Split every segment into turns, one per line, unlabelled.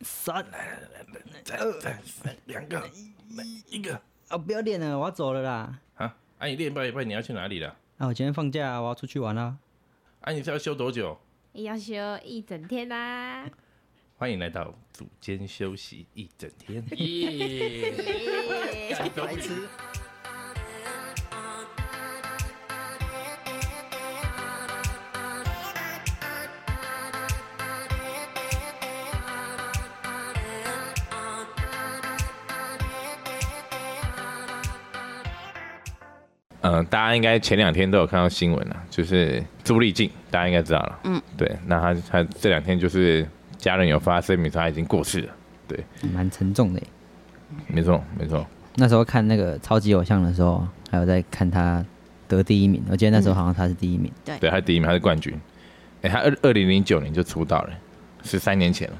三，
二两个，一个
啊，呃不要练了，我要走了啦。
啊！啊，你练一半一半，你要去哪里了？
啊，我今天放假，我要出去玩啦。
啊，你是要休多久？
要休一整天啦、
欢迎来到组间休息一整天。
耶！白痴，
呃，大家应该前两天都有看到新闻了，就是朱丽静，大家应该知道了。嗯，对，那她她这两天就是家人有发声明，说她已经过世了。
蛮沉重的耶。
没错，没错。
那时候看那个超级偶像的时候，还有在看他得第一名，我记得那时候好像他是第一名。
对，他第一名，他是冠军。哎、他二二零零九年就出道了，十三年前了。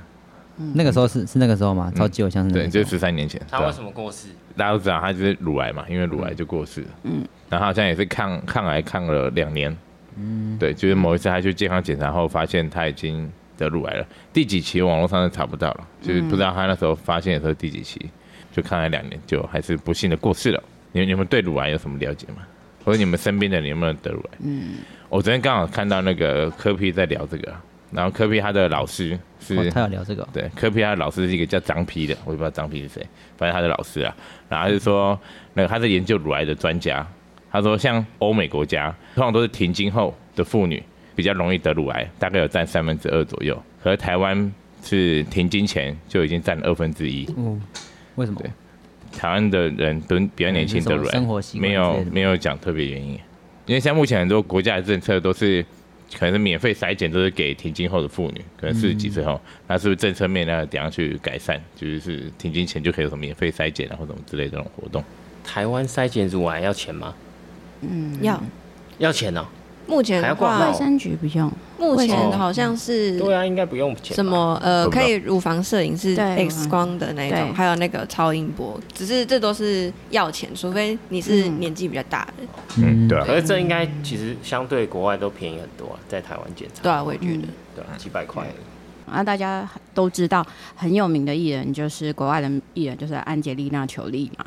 那个时候是是那个时候吗？超级偶像是那
对，
个
就
时
十
候。
三年前。
他
对啊
为什么过世？
大家都知道，他就是乳癌嘛，因为乳癌就过世了。嗯，然后好像也是抗抗癌抗了两年。嗯，对，就是某一次他去健康检查后，发现他已经得乳癌了。第几期网络上是查不到了，就是不知道他那时候发现的时候第几期，就抗癌两年，就还是不幸的过世了。你们你们对乳癌有什么了解吗？或者你们身边的人有没有得乳癌？嗯，我昨天刚好看到那个科比在聊这个，然后科比他的老师是、
哦，他有聊这个哦、
对，科皮他的老师是一个叫张皮的，我也不知道张皮是谁，反正他的老师啊，然后他就说，那个他是研究乳癌的专家，他说像欧美国家，通常都是停经后的妇女比较容易得乳癌，大概有占三分之二左右，可是台湾是停经前就已经占了二分之一，
哦，为什么？
对台湾的人都比较年轻得乳
嗯是什么
癌，
生活习惯
没有
之类的吗
没有讲特别原因，因为像目前很多国家的政策都是。可能是免费筛检都是给停经后的妇女，可能四十几岁后，那是不是政策面呢？怎样去改善？就是是停经前就可以有什么免费筛检啊，或什么之类的这种活动。
台湾筛检乳癌要钱吗？
嗯
要
要钱哦。
目前
还要
的
挂
话
号
卫，生局不用，
目前
哦啊
好像是
对啊，应该不用钱吧。
什么呃，
不知道
可以乳房摄影是
对
X 光的那一种，
对
还有那个超音波，只是这都是要钱，除非你是
嗯
年纪比较大的。
嗯，对啊，
可是这应该其实相对国外都便宜很多啊，在台湾检查，
对啊，我也觉得
嗯，
对啊，几百块而已。
啊，大家都知道很有名的艺人就是国外的艺人，就是安吉丽娜·裘丽嘛。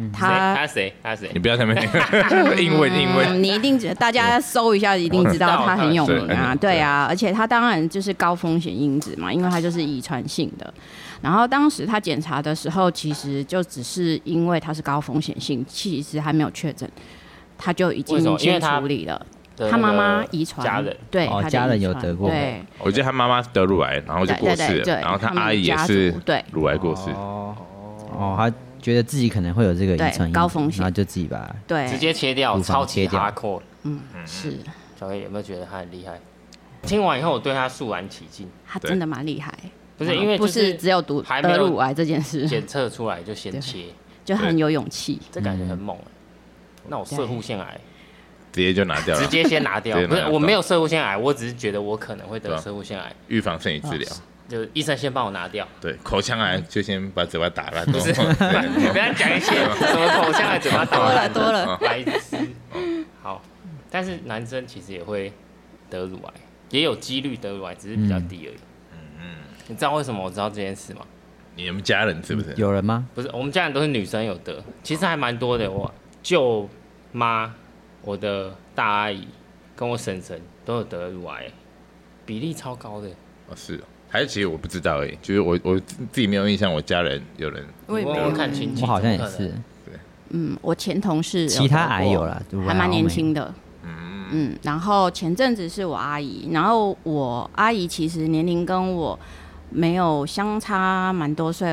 谁？
她
他谁？他谁
你？不要在那边 硬问硬问。
嗯，你一定知，大家搜一下一定知道她很有名啊，
我知道她
对啊，而且她当然就是高风险因子嘛，因为她就是遗传性的。然后当时她检查的时候，其实就只是因为她是高风险性，其实还没有确诊，她就已
为什么
经
因
先
为她
处理了。
的
她妈妈
那个
遗传
家人，
对，
哦
她的
家人
遗
有
传
得过
对，
我记得他妈妈得乳癌，然后就
对
过
对
世
对
了，
对，
然后他
们
阿姨也
家
是
族对，
乳癌过世。
哦，他觉得自己可能会有这个遗
对
传因子，
高风险
然后就自己把
对，嗯
直接嗯切掉，
乳房
超级
切掉
hardcore。
是
小黑有没有觉得他很厉害？听完以后，我对他肃然起敬。
他
对
真的蛮厉害，
不是因为
嗯不
就是
是只有毒
还没
得
有
乳癌这件事，
检测出来就先
对
切，
就很有勇气。
这感觉很猛欸。那我射护腺癌
直接就拿掉了，
直接先拿掉
直接，拿
不是
掉
我没有射护腺癌，我只是觉得我可能会
对
得
啊
射护腺癌，
预防胜于治疗。
就医生先帮我拿掉。
对，口腔癌就先把嘴巴打烂，
不是，你不要讲一 些什么口腔癌、嘴巴
多
打
了
烂
多了，
白痴。好，但是男生其实也会得乳癌，也有几率得乳癌，只是比较低而已。你知道为什么我知道这件事吗？
你们家人是不是？
有人吗？
不是，我们家人都是女生有得，其实还蛮多的。我舅妈、我的大阿姨跟我婶婶都有得乳癌，比例超高的。
哦，是哦，还是其实我不知道诶，就是我我自己没有印象，我家人有人
我也
你
没
问
有
问。看亲戚，
我好像也
怎么可能
是，，
嗯，我前同事有
其他
得过
癌有啦，乳癌
还
好
蛮
像
年
没
轻的。嗯，然后前阵子是我阿姨，然后我阿姨其实年龄跟我没有相差蛮多岁，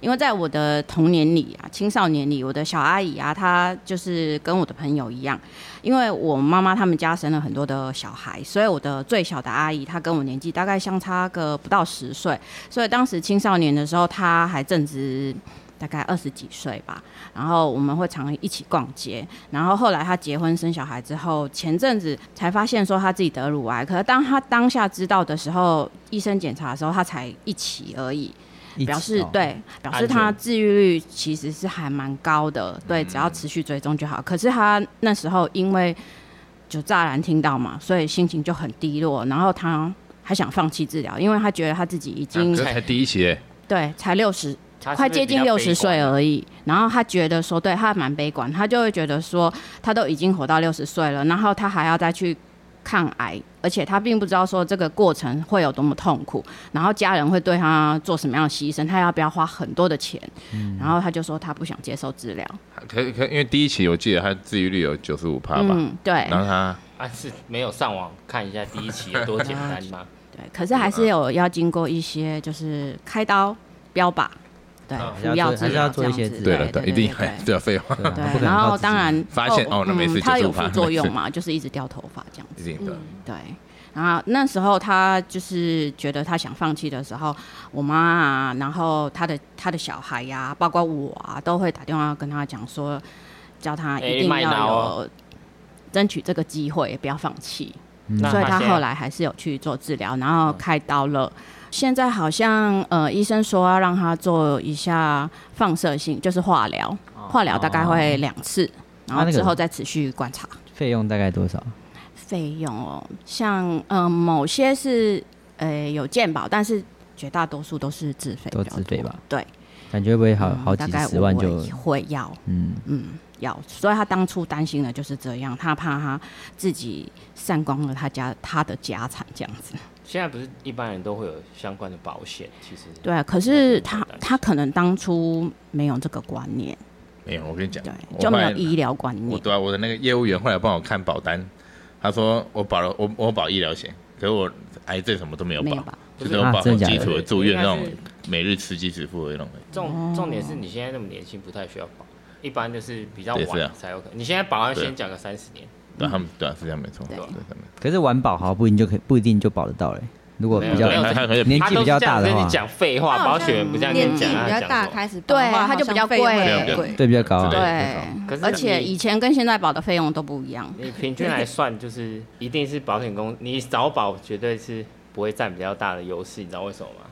因为在我的童年里啊，青少年里，我的小阿姨啊，她就是跟我的朋友一样，因为我妈妈他们家生了很多的小孩，所以我的最小的阿姨她跟我年纪大概相差个不到十岁，所以当时青少年的时候，她还正值大概二十几岁吧，然后我们会常一起逛街，然后后来她结婚生小孩之后，前阵子才发现说她自己得乳癌，可是当她当下知道的时候，医生检查的时候，她才一起而已，
一起
表示
哦
对，表示他治愈率其实是还蛮高的，
嗯
对，只要持续追踪就好。可是他那时候因为就乍然听到嘛，所以心情就很低落，然后他还想放弃治疗，因为他觉得他自己已
啊，可
经
是才第一期诶，
对，才六十，
他是不是
快接近
比较
六
悲
十岁
观啊
而已。然后他觉得说，对他蛮悲观，他就会觉得说，他都已经活到六十岁了，然后他还要再去抗癌，而且他并不知道说这个过程会有多么痛苦，然后家人会对他做什么样的牺牲，他要不要花很多的钱？然后他就说他不想接受治疗。
可可，因为第一期我记得他治愈率有九十五趴吧，
嗯，对
然后他
啊，是没有上网看一下第一期有多简单 吗？
对，可是还是有要经过一些就是开刀、标靶，对，服药治
还是要
疗
做还是要做
这样
一些
子。
治
对
疗
了，
对，
一定
对
还对啊，废话，
对啊不
对，
可能
然
靠
后
自己
当然嗯
发现哦那没事
它
就
有
是
副
发
作
没
用
事
嘛，就是一直掉头发这样
一
子。
定的。
对，然后那时候他就是觉得他想放弃的时候，我妈啊，然后他的他的小孩呀、包括我啊，都会打电话跟他讲说，叫他
哎
一定
麦
要
拿
有
哦
争取这个机会，不要放弃。
嗯
那
所以
他
他
现在
后来还是有去做治疗，然后开刀了。现在好像呃，医生说要让他做一下放射性，就是化疗，化疗大概会两次，然
哦啊
后
那个
之后再持续观察。
费用大概多少？
费用哦，像呃某些是呃有健保，但是绝大多数都是自费，
都自费吧？
对，
感觉会不会好
嗯
好
大
几
概
十万
我
就
会要
嗯
要，所以他当初担心的就是这样，他怕他自己散光了他家他的家产这样子。
现在不是一般人都会有相关的保险，其实
对，啊可
那
是
不
他
用担心
他可能当初没有这个观念，
没有，我跟你讲
对，
我，
就没有
后来
医疗观
我
念。
对啊，我的那个业务员后来帮我看保单，他说我保了，我我保医疗险，可是我癌症什么都没有
没
保，
有吧？
就
不
是
是
我保
啊真的假
基
的
础的住院那种
应该是
每日吃鸡死付的那种。
哦
重重点是你现在那么年轻，不太需要保，一般就是比较
对是啊
晚才有可能。你现在保要
对
先讲个三十年，
对啊，他们对啊，是这样没错，
对
对，是这样没错
可是晚保好不一定就可以，不一定就保得到嘞。欸如果比较
对，啊那他可以
啊年
他
纪
都
比
是
较
这样
大的
跟
话
你，讲废话，
他
保
好像
险人不这样跟
年
你
纪
讲，他
比较
讲
大
什么
开始，
对它就比较贵
对
对比较高
之类
啊。
的
对，
可是
而且
你
以前跟现在保的费用都不一样。
你平均来算，就是一定是保险公司，你早保绝对是不会占比较大的优势，你知道为什么吗？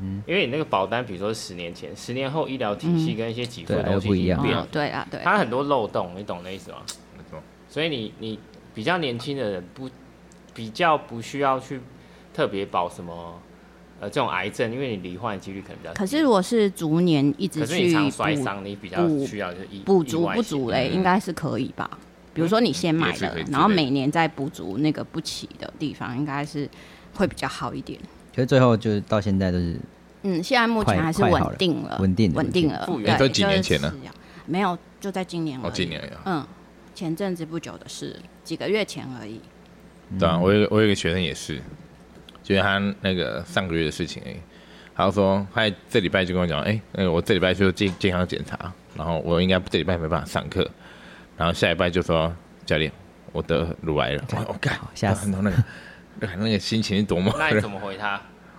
嗯
因为你那个保单，比如说十年前、十年后医疗体
嗯
系跟一些给付
对
的
啊
东西
又不一
已经
样
变了
哦，，对啊，对啊，
它很多漏洞，你懂那意思吗？
没错。
所以你你比较年轻的人不比较不需要去特别保什么呃这种癌症，因为你罹患的几率可能比较低。
可是我是逐年一直
可是你
去
常摔
补
伤，你比较
补
需要就是意
补
意
足
外
不
险
足嘞，应该是可以吧？比如说你先买
也是
了
可以之，类
然后每年再补足那个不齐的地方，应该是会比较好一点。
可是最后就是到现在都是
嗯，现在目前
快
还是
快好
稳
了
定了，
稳定
稳定了。
复原
对
哎都几年前了？
就是啊没有，就在今年而已。
哦，今年呀，
嗯，前阵子不久的事，几个月前而已。
对
嗯
啊，我有一个我有一个学生也是，就是他那个上个月的事情而已。他说他这礼拜就跟我讲，哎、那个我这礼拜就健健康检查，然后我应该这礼拜没办法上课，然后下礼拜就说教练，我得乳癌了，我我哦干
好，吓死
然后那个那个那个心情是多 么
那你怎么回 他？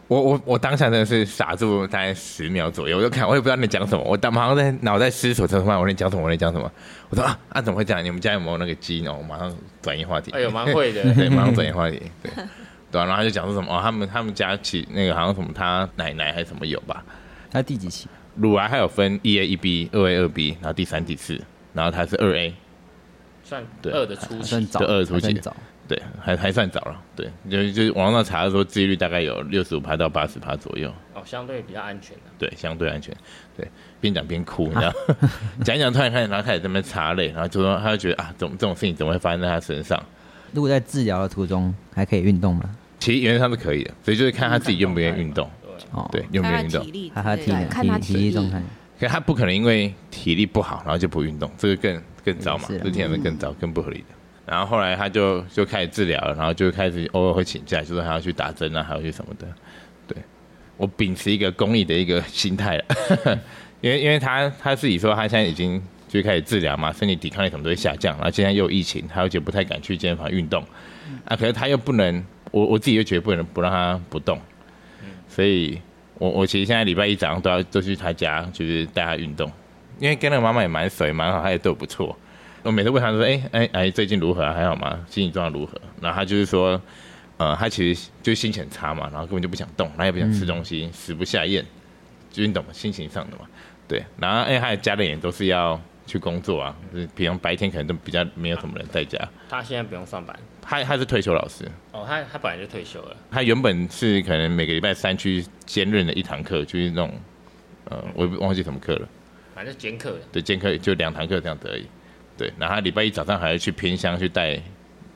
我我我当下真的是傻住大概十秒左右，我就看我也不知道你讲什么，我当马上在脑袋思索，怎么办？我在讲什么？我在讲什么？我说啊啊，怎么会这样？你们家有没有那个鸡呢？然后我马上转移话题。
哎呦，蛮会 的。
对，马上转移话题，对对啊，然后他就讲说什么哦，他们他们家起那个好像什么他奶奶还是什么有吧，
他第几期？
乳癌还有分一 A 一 B 二 A 二 B，然后第三第四，然后他是二 A，
算
对
二的初
还
期
算，早，
这二出
还
去
算早。
对，还还算早了，对，就就是网上查的时候，治愈率大概有六十五趴到八十趴左右，
哦，相对比较安全的、啊
对，相对安全，对，边讲边哭，你知道， 讲一讲突然开始，然后开始在那边擦泪，然后就说他就觉得啊，怎么这种事情怎么会发生在他身上？
如果在治疗的途中还可以运动吗？
其实原则上是可以的，所以就是看他自己愿不愿意运动，
哦，
对，，愿不愿意运动。
力
还还体能
看他
体体力
体力
状态。
可他不可能因为体力不好，然后就不运动，这个更更糟嘛，
也是啊嗯
这听起来更糟，更不合理的。然后后来他就就开始治疗了，然后就开始偶尔会请假，就是还要去打针啊，还要去什么的。对我秉持一个公益的一个心 态了，因为因为他他自己说他现在已经就开始治疗嘛，身体抵抗力什么都会下降，然后现在又有疫情，他又觉得不太敢去健身房运动啊，可是他又不能，我我自己又觉得不能不让他不动，
嗯
所以我我其实现在礼拜一早上都要都去他家，就是带他运动，因为跟那个妈妈也蛮熟，也蛮好，她也对我不错。我每次问她说：“哎、哎、哎，最近如何啊、还好吗？心情状况如何？”然后她就是说：“呃，她其实就心情很差嘛，然后根本就不想动，然后也不想吃东西，食不下咽，就是你懂吗？心情上的嘛。对，然后哎，她的家人也都是要去工作啊，就是平常白天可能都比较没有什么人在家。
他现在不用上班
他他是退休老师，
哦，他他本来就退休了，
他原本是可能每个礼拜三去兼任的一堂课，就是那种呃，我也不忘记什么课了。
反正兼课的，
对，兼课就两堂课这样子而已。对，然后他礼拜一早上还要去偏乡去带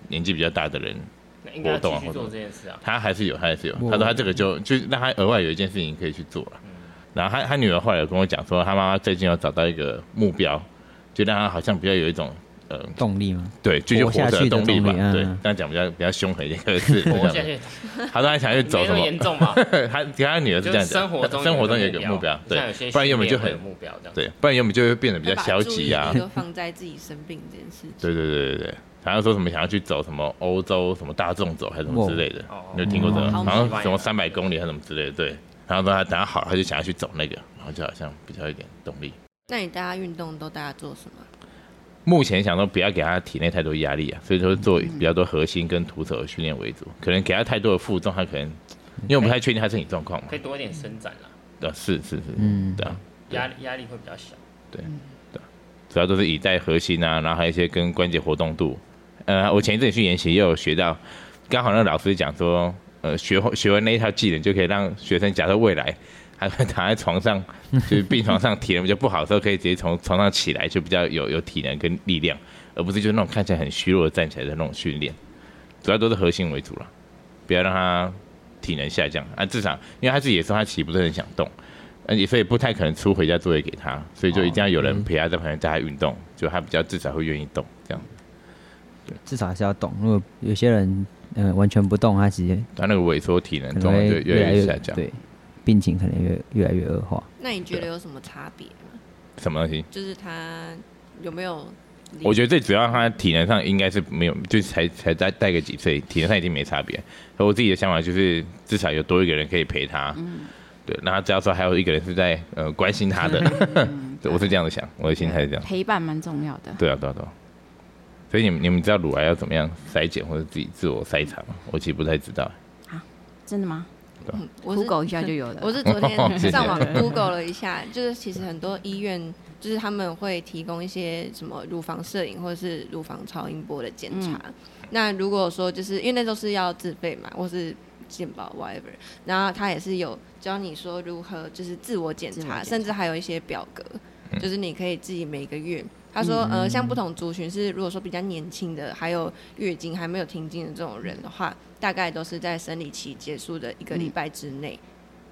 年纪比较大的人，
那应该要
活动啊
继续做
活动
这件事啊。
他还是有，他还是有。
哇
他说他这个就就让他额外有一件事情可以去做了。然后他他女儿后来有跟我讲说，他妈妈最近要找到一个目标，就让他好像比较有一种呃，
动力吗？
对，就是活
活下
着
去的
动力吧
动力。嗯
对，这样讲比较比较凶狠一点，可是是这
活
样
下
的。
去
他说他想去走
没
什
那么严
么？
重吧？
他他女儿是这
就是
样讲，
生活中
生活中有
有
一个目标，对
像有些，
不然原本就
训练
很
会有目标这样。
对，不然原本就会变得比较消极啊
把注意。力都放在自己生病这件事情。
对对对对对，好像说什么想要去走什么欧洲什么大众走还是什么之类的
哇哦，
你有听过这个？
好哦
好像
喜欢
什么
呀
三百公里还是什么之类的，对。然后等他等他好了，他就想要去走那个，然后就好像比较有一点动力。
那你大家运动都大家做什么？
目前想说不要给他体内太多压力啊，所以说做比较多核心跟徒手的训练为主。可能给他太多的负重，他可能因为我不太确定他身体状况嘛
可，以多一点伸展啦，
对，啊是是是，
嗯
对啊，
压力压力会比较小。
主要都是以在核心啊，然后还有一些跟关节活动度。呃，我前一阵去研习也有学到，刚好那个老师讲说，呃，学会学完那一套技能，就可以让学生假设未来还会躺在床上，就是病床上体能比较不好的时候，可以直接从床上起来，就比较有有体能跟力量，而不是就是那种看起来很虚弱的站起来的那种训练。主要都是核心为主了，不要让他体能下降啊。至少因为他自己也说他其实不是很想动，而且所以不太可能出回家作业给他，所以就一定要有人陪他在旁边带他运动，就他比较至少会愿意动这样。
至少还是要动。如果有些人呃完全不动，他其实
他那个萎缩体能
可能
状啊况就
会
越
来
来
越
越下降。
对，病情可能越越来越恶化。
那你觉得有什么差别吗？
什么东西？
就是他有没有？
我觉得最主要他体能上应该是没有，就是才才再带个几岁，体能上已经没差别。而我自己的想法就是，至少有多一个人可以陪他。对，那他只要说还有一个人是在呃关心他的，对我是这样子想，我的心态是这样。
陪伴蛮重要的。
对啊，对啊，对啊。所以你们你们知道乳癌要怎么样筛检或者自己自我筛查吗？我其实不太知道。
真的吗
啊
嗯我是
？Google 一下就有了。
我是昨天
谢谢
上网 Google 了一下，就是其实很多医院就是他们会提供一些什么乳房摄影或者是乳房超音波的检查。
嗯
那如果说就是因为那都是要自费嘛，或是健保 whatever，然后他也是有教你说如何就是自我检
自我
查，
检查
甚至还有一些表格，
嗯
就是你可以自己每个月。他说，
嗯
呃，像不同族群是，如果说比较年轻的，还有月经还没有停经的这种人的话，大概都是在生理期结束的一个
嗯
礼拜之内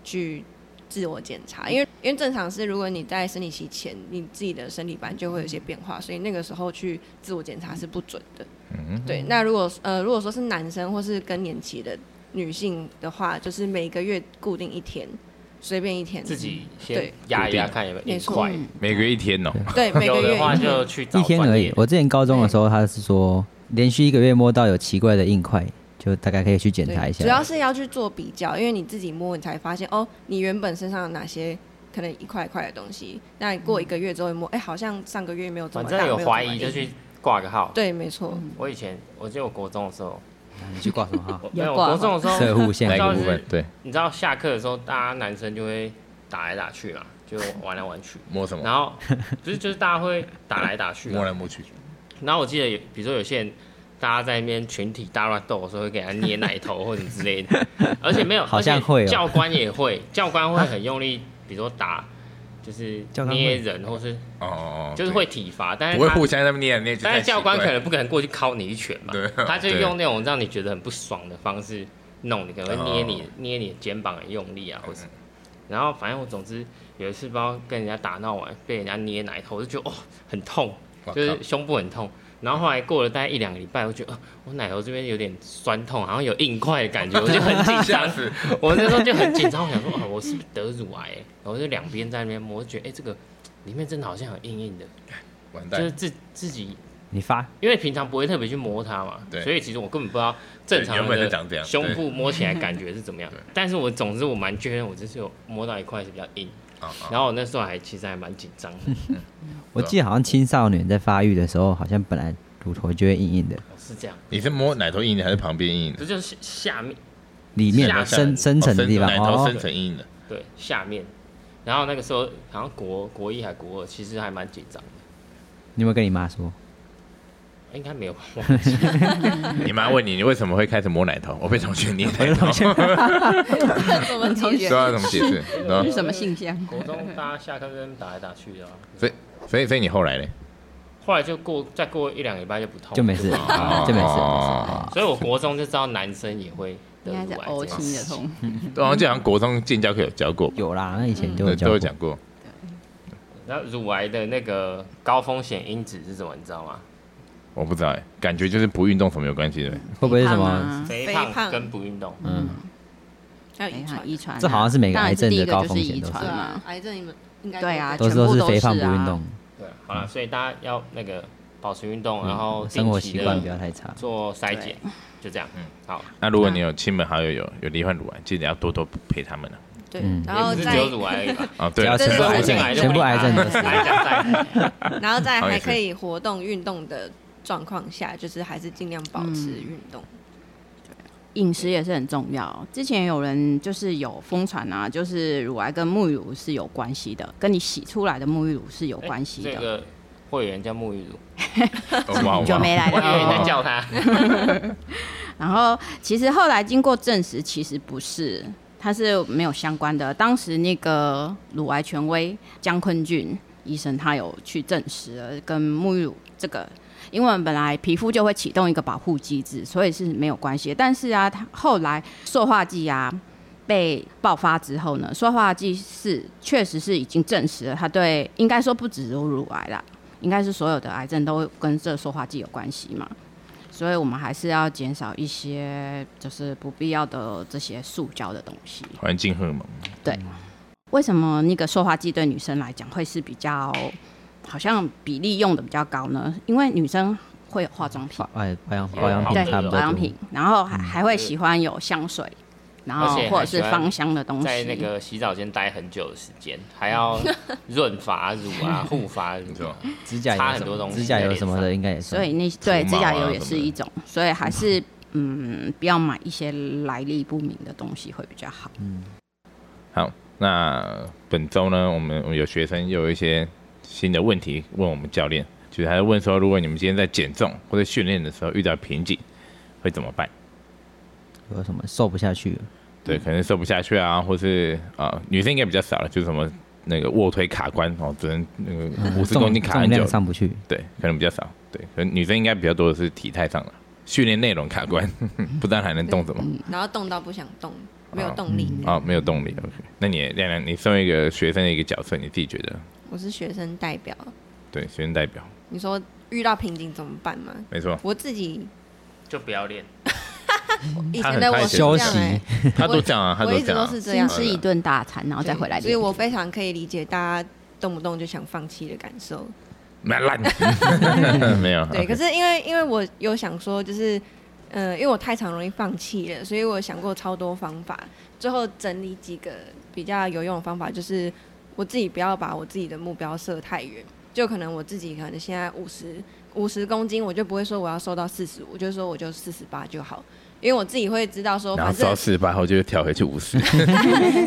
去自我检查，因为因为正常是如果你在生理期前，你自己的生理板就会有一些变化，所以那个时候去自我检查是不准的。
嗯，
对，那如果呃如果说是男生或是更年期的女性的话，就是每个月固定一天，随便一天
自己
对
先压一压
对
看有没有
没
硬
错
块，
每个月一天哦、
对每个
有
月
的
嗯
话
一天
就去找
一天
专
而
业
已。我之前高中的时候，他是说连续一个月摸到有奇怪的硬块，就大概可以去检
对
查一下。
主要是要去做比较，因为你自己摸，你才发现哦，你原本身上有哪些可能一块一块的东西。那你过一个月之后一摸，哎、好像上个月没有这
反
么大，
正有
没
怀
这么
疑
硬
就。去挂个号。
对，没错，
嗯
我以前，我记得我国中的时候，
你去挂什么号？
我
有
没有
挂
我国中的时
射
候，
护线
哪一
那
个
个
部
部
分
分？
对，
你知道下课的时候，大家男生就会打来打去嘛，就玩来玩去，
摸什么？
然后就是就是大家会打来 打去啊，
摸来摸去。
然后我记得有，比如说有些人大家在那边群体大乱斗的时候，会给他捏奶头或者之 类的，而且没有，
好像会哦
而且教官也会， 教官会很用力，比如说打，就是
教官会
捏人或是
哦哦哦，
就是会体罚，但
对
是
不会
他
互相在那边捏来捏去。
但是
太奇
教官
怪
可能不可能过去敲你一拳嘛
对，
他就
对
用那种让你觉得很不爽的方式弄你，可能会捏你、
哦
捏你的肩膀很用力啊，或是，然后反正我总之有一次不知道跟人家打闹完被人家捏奶头，我就觉得哦很痛，
哇靠
就是胸部很痛。然后后来过了大概一两个礼拜，我觉得、呃、我奶头这边有点酸痛，好像有硬块的 感觉，我就很紧张。我那时候就很紧张，我想说，哦，我是不是得乳癌欸，然后就两边在那边摸，就觉得哎、这个里面真的好像很硬硬的，
完
就是
蛋，
自自己
你发
因为平常不会特别去摸它嘛
对，
所以其实我根本不知道正常
对原本是长这样
的胸部摸起来感觉是怎么样。但是我总之我蛮确认，我这次有摸到一块是比较 硬，
啊啊
然后我那时候还其实还蛮紧张 的，
我记得好像青少年在发育的时候，好像本来乳头就会硬硬的，
哦是这样，
你是摸奶头硬的还是旁边硬的？啊
这就是下面
里面啊
下
深
层
深层的地方
哦深奶头
哦
深，层硬的。
对下面。然后那个时候好像国国一还国二，其实还蛮紧张的，哎
你有没有跟你妈说？
应 该没有吧？
你妈问你，你为什么会开始摸奶头？我被同学捏 奶头，
我们同
不
学
知道怎啊么解释。然后
是什么性 向？
国中大家下课跟打来打去的、啊，
所以，所以，所以你后来呢？
后来就过再过一两个礼拜就不痛，
就没事，
不痛了
啊就没事。
哦
所以我国中就知道男生也会得
应该
乳
是
癌
O
这
型
样。
的痛，
对啊好像就好像国中建教课有教过，
有啦，那以前就
对
有
嗯都有
讲
讲过。
那乳癌的那个高风险因子是什么？你知道吗？
我不知道哎，感觉就是不运动什么有关系的。
过，会不会是什
胖
么？
啊
肥
肥
胖
胖
跟不运动，
嗯，
还有
哎
遗
呀
传，
遗传啊，
这好像是每个
当然
癌症
第
的
一个
高
就是
风险
遗
都是
传
对
嘛
啊，，癌症你们应该
对啊
都是
全部
是
都
肥胖
是
不
啊
运动，
对，好了，所以大家要那个保持运动，哦然后
嗯生活
定
习
期
惯不要
的
太差。
做筛检，就这样。嗯，好，
那如果你有亲朋好友有有罹患乳癌，记得要多多陪他们了。
对
嗯，
然后
也不是
再
只有乳癌而已吧？
啊，对
只，要
这
全
是
部癌
我进
症，
来就
全部癌症都
癌
是。
症在，
然后在
好也
还
是
可以活动运动的状况下，就是还是尽量保持运动。
饮食也是很重要。之前有人就是有疯传啊，就是乳癌跟沐浴乳是有关系的，跟你洗出来的沐浴乳是有关系的。
这个会员叫沐 浴乳，
哇
就没来
我以为你在
了。哦
叫 他。
然后其实后来经过证实，其实不是，它是没有相关的。当时那个乳癌权威江坤俊医生，他有去证实了跟沐浴乳这个。因为我们本来皮肤就会启动一个保护机制，所以是没有关系的。但是啊，它后来塑化剂啊被爆发之后呢，塑化剂是确实是已经证实了它对，应该说不止乳乳癌啦，应该是所有的癌症都跟这塑化剂有关系嘛。所以我们还是要减少一些就是不必要的这些塑胶的东西。
环境荷尔蒙，
为什么那个塑化剂对女生来讲会是比较好像比例用的比较高呢？因为女生会有化妆品，
保哎保养保养品
对
差不多
保养品，然后还、还会
是
喜欢有香水，然
而
后
且
或
还
者是
喜欢
芳香的东西。
在那个洗澡间待很久的时间，还 要润发乳 啊、护发乳
没错
啊，
指甲
差
油
很
什
多
么
东西
指甲油什么
在
的应该也算
所以那对
除
指
毛啊
甲油也
什
是
么的
一种，所以还是嗯不要买一些来历不明的东西会比较好。
嗯
那本周呢，我们我们有学生又有一些新的问题问我们教练，就是他问说，如果你们今天在减重或者训练的时候遇到瓶颈，会怎么办？
有什么瘦不下去了，嗯
对，可能瘦不下去啊，或是啊、女生应该比较少了，就是什么那个卧推卡关哦，只能那个五十
重
公斤卡
啊重
很久
量，上不去，
对，可能比较少，对，可能女生应该比较多的是体态上了，训练内容卡关， 不知道还能动什么。
然后动到不想动，没有动力。
啊、没有动力。OK，那你亮亮，你身为一个学生的一个角色，你自己觉得？
我是学生代表，
对，学生代表，
你说遇到瓶颈怎么办吗？。
没错
我自己
就不要练。
以
他很
前的我
开
是
心
这
休
样
息
哎，
他都讲啊，他
我一直
讲、
都
啊，
是这
先
样，
吃一顿大餐，然后再回来
所以
练
我非常可以理解大家动不动就想放弃的感受。
蛮烂， 没有。
对，
OK
可是因为因为我有想说，就是呃，因为我太常容易放弃了，所以我想过超多方法，最后整理几个比较有用的方法，就是我自己不要把我自己的目标设太远，就可能我自己可能现在五十五十公斤，我就不会说我要瘦到四十，我就说我就四十八就好。因为我自己会知道说，
然后
反
烧
正
四十八后就跳回去五 十，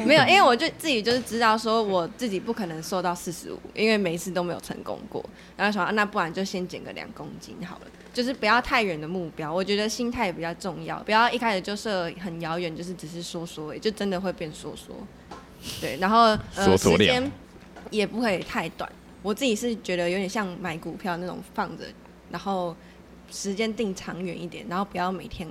没有，因为我就自己就是知道说，我自己不可能瘦到四十五，因为每一次都没有成功过。然后想、啊、那不然就先减个两公斤好了，就是不要太远的目标。我觉得心态也比较重要，不要一开始就设很遥远，就是只是说说而已，就真的会变说说。对，然后呃
说说
时
量
间也不会太短。我自己是觉得有点像买股票那种放着，然后时间定长远一点，然后不要每天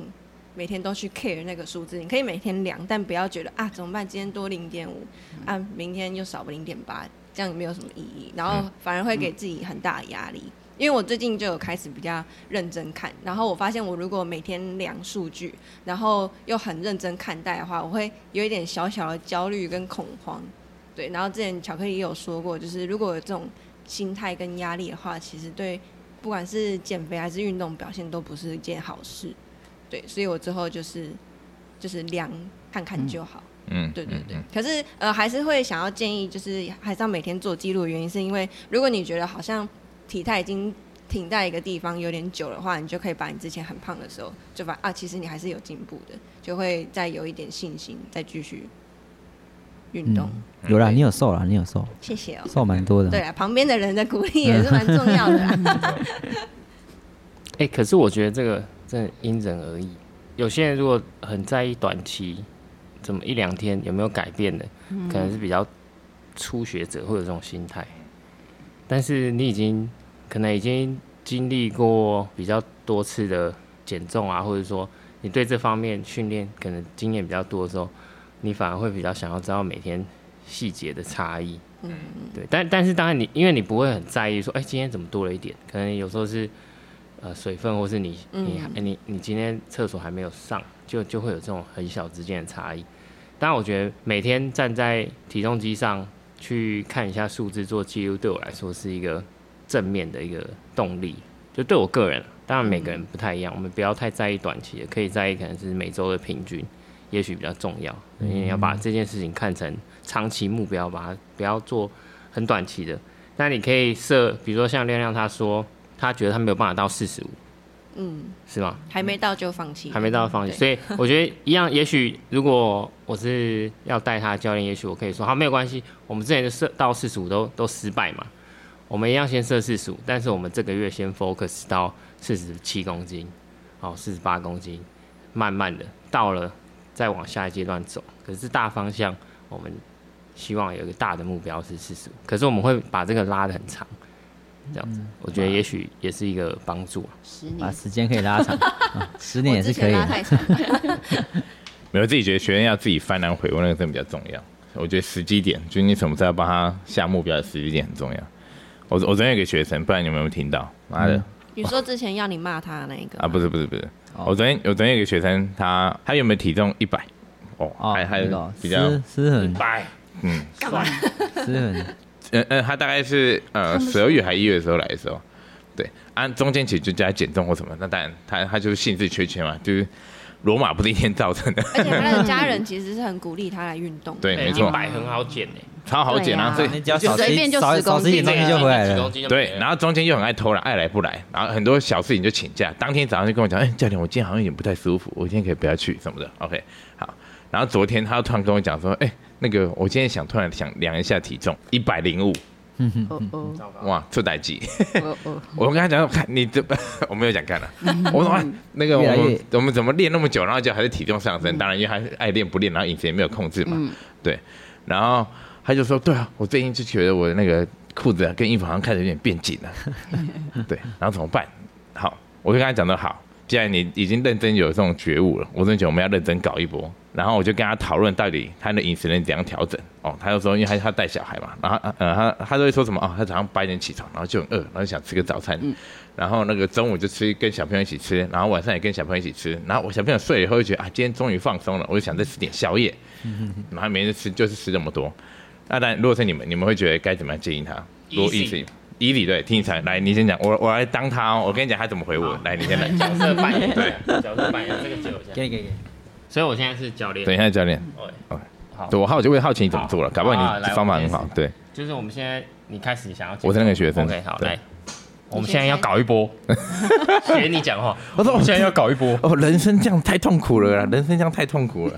每天都去 care 那个数字，你可以每天量，但不要觉得啊怎么办，今天多零点五，啊明天又少零点八，这样也没有什么意义，然后反而会给自己很大的压力。因为我最近就有开始比较认真看，然后我发现我如果每天量数据，然后又很认真看待的话，我会有一点小小的焦虑跟恐慌。对，然后之前巧克力也有说过，就是如果有这种心态跟压力的话，其实对不管是减肥还是运动表现都不是一件好事。对，所以我之后就是就是量看看就好。
嗯，
对对对
嗯，
可是呃，还是会想要建议，就是还是要每天做记录。原因是因为，如果你觉得好像体态已经停在一个地方有点久的话，你就可以把你之前很胖的时候，就把啊，其实你还是有进步的，就会再有一点信心，再继续。运动。
嗯
嗯
有啦，你有瘦啦，你有瘦，
谢谢哦。
瘦蛮多的。
对啊，旁边的人的鼓励也是蛮重要 的啊。
哎、可是我觉得这个真的因人而异。有些人如果很在意短期，怎么一两天有没有改变的，可能是比较初学者会有这种心态。但是你已经可能已经经历过比较多次的减重啊，或者说你对这方面训练可能经验比较多的时候，你反而会比较想要知道每天细节的差异。嗯，对。但但是当然你因为你不会很在意说，哎、今天怎么多了一点？可能有时候是。呃水分，或是你你还你你今天厕所还没有上，就就会有这种很小之间的差异。当然，我觉得每天站在体重机上去看一下数字做记录，对我来说是一个正面的一个动力。就对我个人，当然每个人不太一样，我们不要太在意短期的，可以在意可能是每周的平均，也许比较重要。因为你要把这件事情看成长期目标，把它不要做很短期的。那你可以设，比如说像亮亮他说，他觉得他没有办法到四十五，
嗯，
是吗？
还没到就放弃，
还没到放弃，
对
所以我觉得一样。也许如果我是要带他的教练，也许我可以说，好，没有关系，我们之前的设到四十五都都失败嘛，我们一样先设四十五，但是我们这个月先 focus 到四十七公斤，好，四十八公斤，慢慢的到了再往下一阶段走。可是大方向，我们希望有一个大的目标是四十五，可是我们会把这个拉得很长，这样子，
嗯
我觉得也许也是一个帮助啊。
十
把
年，
时间可以拉 长，啊十年
我
也是
之
可
前
以
拉
的。
太长了，
没有自己觉得学生要自己翻来回问，那个真的比较重要。我觉得时机点，就是你什么时候要帮他下目标的时机点很重要。我我昨天有个学生，不然你们有没有听到？妈的、
你说之前要你骂他的那一个
啊，不是不是不是，
哦
我昨天我昨天有个学生，他他原本体重一百，哦，
哦，
还还
那个
比较，
失失衡，
拜，
嗯，
失衡，
嗯嗯，他大概是呃十二月还一月的时候来的时候，对，按、中间其实就加减重或什么，那当然他他就是兴致缺缺嘛，就是罗马不是一天造成的，
而 且他的家人其实是很鼓励他来运动。
对，没
一
错，
百很好减欸诶、
超好减啊，所
对
以
啊
你只要少
随便
吃
就
少
10
少吃一点
公
东
斤
西就回来了。
了
对，然后中间又很爱偷懒，爱来不来，然后很多小事情就请假。当天早上就跟我讲，哎、教练，我今天好像有点不太舒服，我今天可以不要去什么的。OK，好。然后昨天他又突然跟我讲说，哎、那个我今天想突然想量一下体重，一百零五，
哦哦
哇，这代机。
哦哦，
我跟他讲说，看你这， 我没有讲看了、我说、啊、那个我
越来
们
越
我们怎么练那么久，然后就还是体重上升？当然，因为还是爱练不练，然后饮食也没有控制嘛。对，然后他就说，对啊，我最近就觉得我那个裤子、啊、跟衣服好像开始有点变紧了。对，然后怎么办？好，我就跟他讲说，好，既然你已经认真有这种觉悟了，我真的觉得我们要认真搞一波。然后我就跟他讨论到底他的饮食能怎样调整。哦，他就说，因为他他带小孩嘛，然后呃他他都会说什么哦，他早上八点起床，然后就很饿，然后想吃个早餐，然后那个中午就吃跟小朋友一起吃，然后晚上也跟小朋友一起吃。然后我小朋友睡了以后就觉得啊，今天终于放松了，我就想再吃点宵夜，然后每天吃就是吃这么多。那当然，如果是你们，你们会觉得该怎么样建议他？如果
Easy
一直以理对听一下，来你先讲，我我来当他哦，我跟你讲他怎么回我，来你先来。
角色扮演，对，角色扮演这个接我一下。
给你给你，
所以我现在是教练，
等一下教练，
哦，
对我好奇，我也好奇你怎么做了，搞不好
好
你
来
方法
我
很
解释
好，对，
就是我们现在你开始想要，
我是那个学生
OK，好，
对
来，我们现在要搞一 波，学你讲话。
我说
我们现在要搞一波。
哦，人生这样太痛苦了啦，人生这样太痛苦了。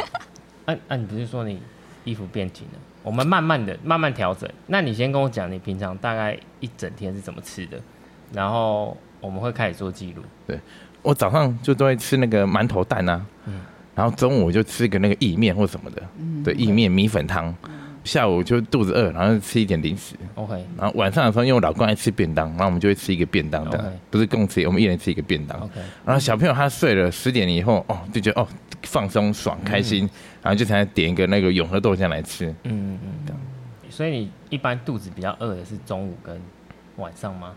啊啊，你不是说你衣服变紧了？我们慢慢的、慢慢调整。那你先跟我讲，你平常大概一整天是怎么吃的，然后我们会开始做记录。
我早上就都会吃那个馒头蛋啊，然后中午我就吃个那个意面或什么的，对，意面米粉汤。下午就肚子饿，然后吃一点零食，
OK，
然后晚上的时候，因为我老公爱吃便当，然后我们就会吃一个便当的
OK
不是共吃，我们一人吃一个便当。
OK
然后小朋友他睡了十点以后，哦，就觉得哦放松爽开心，然后就才点一个那个永和豆浆来吃。
嗯嗯嗯。所以你一般肚子比较饿的是中午跟晚上吗？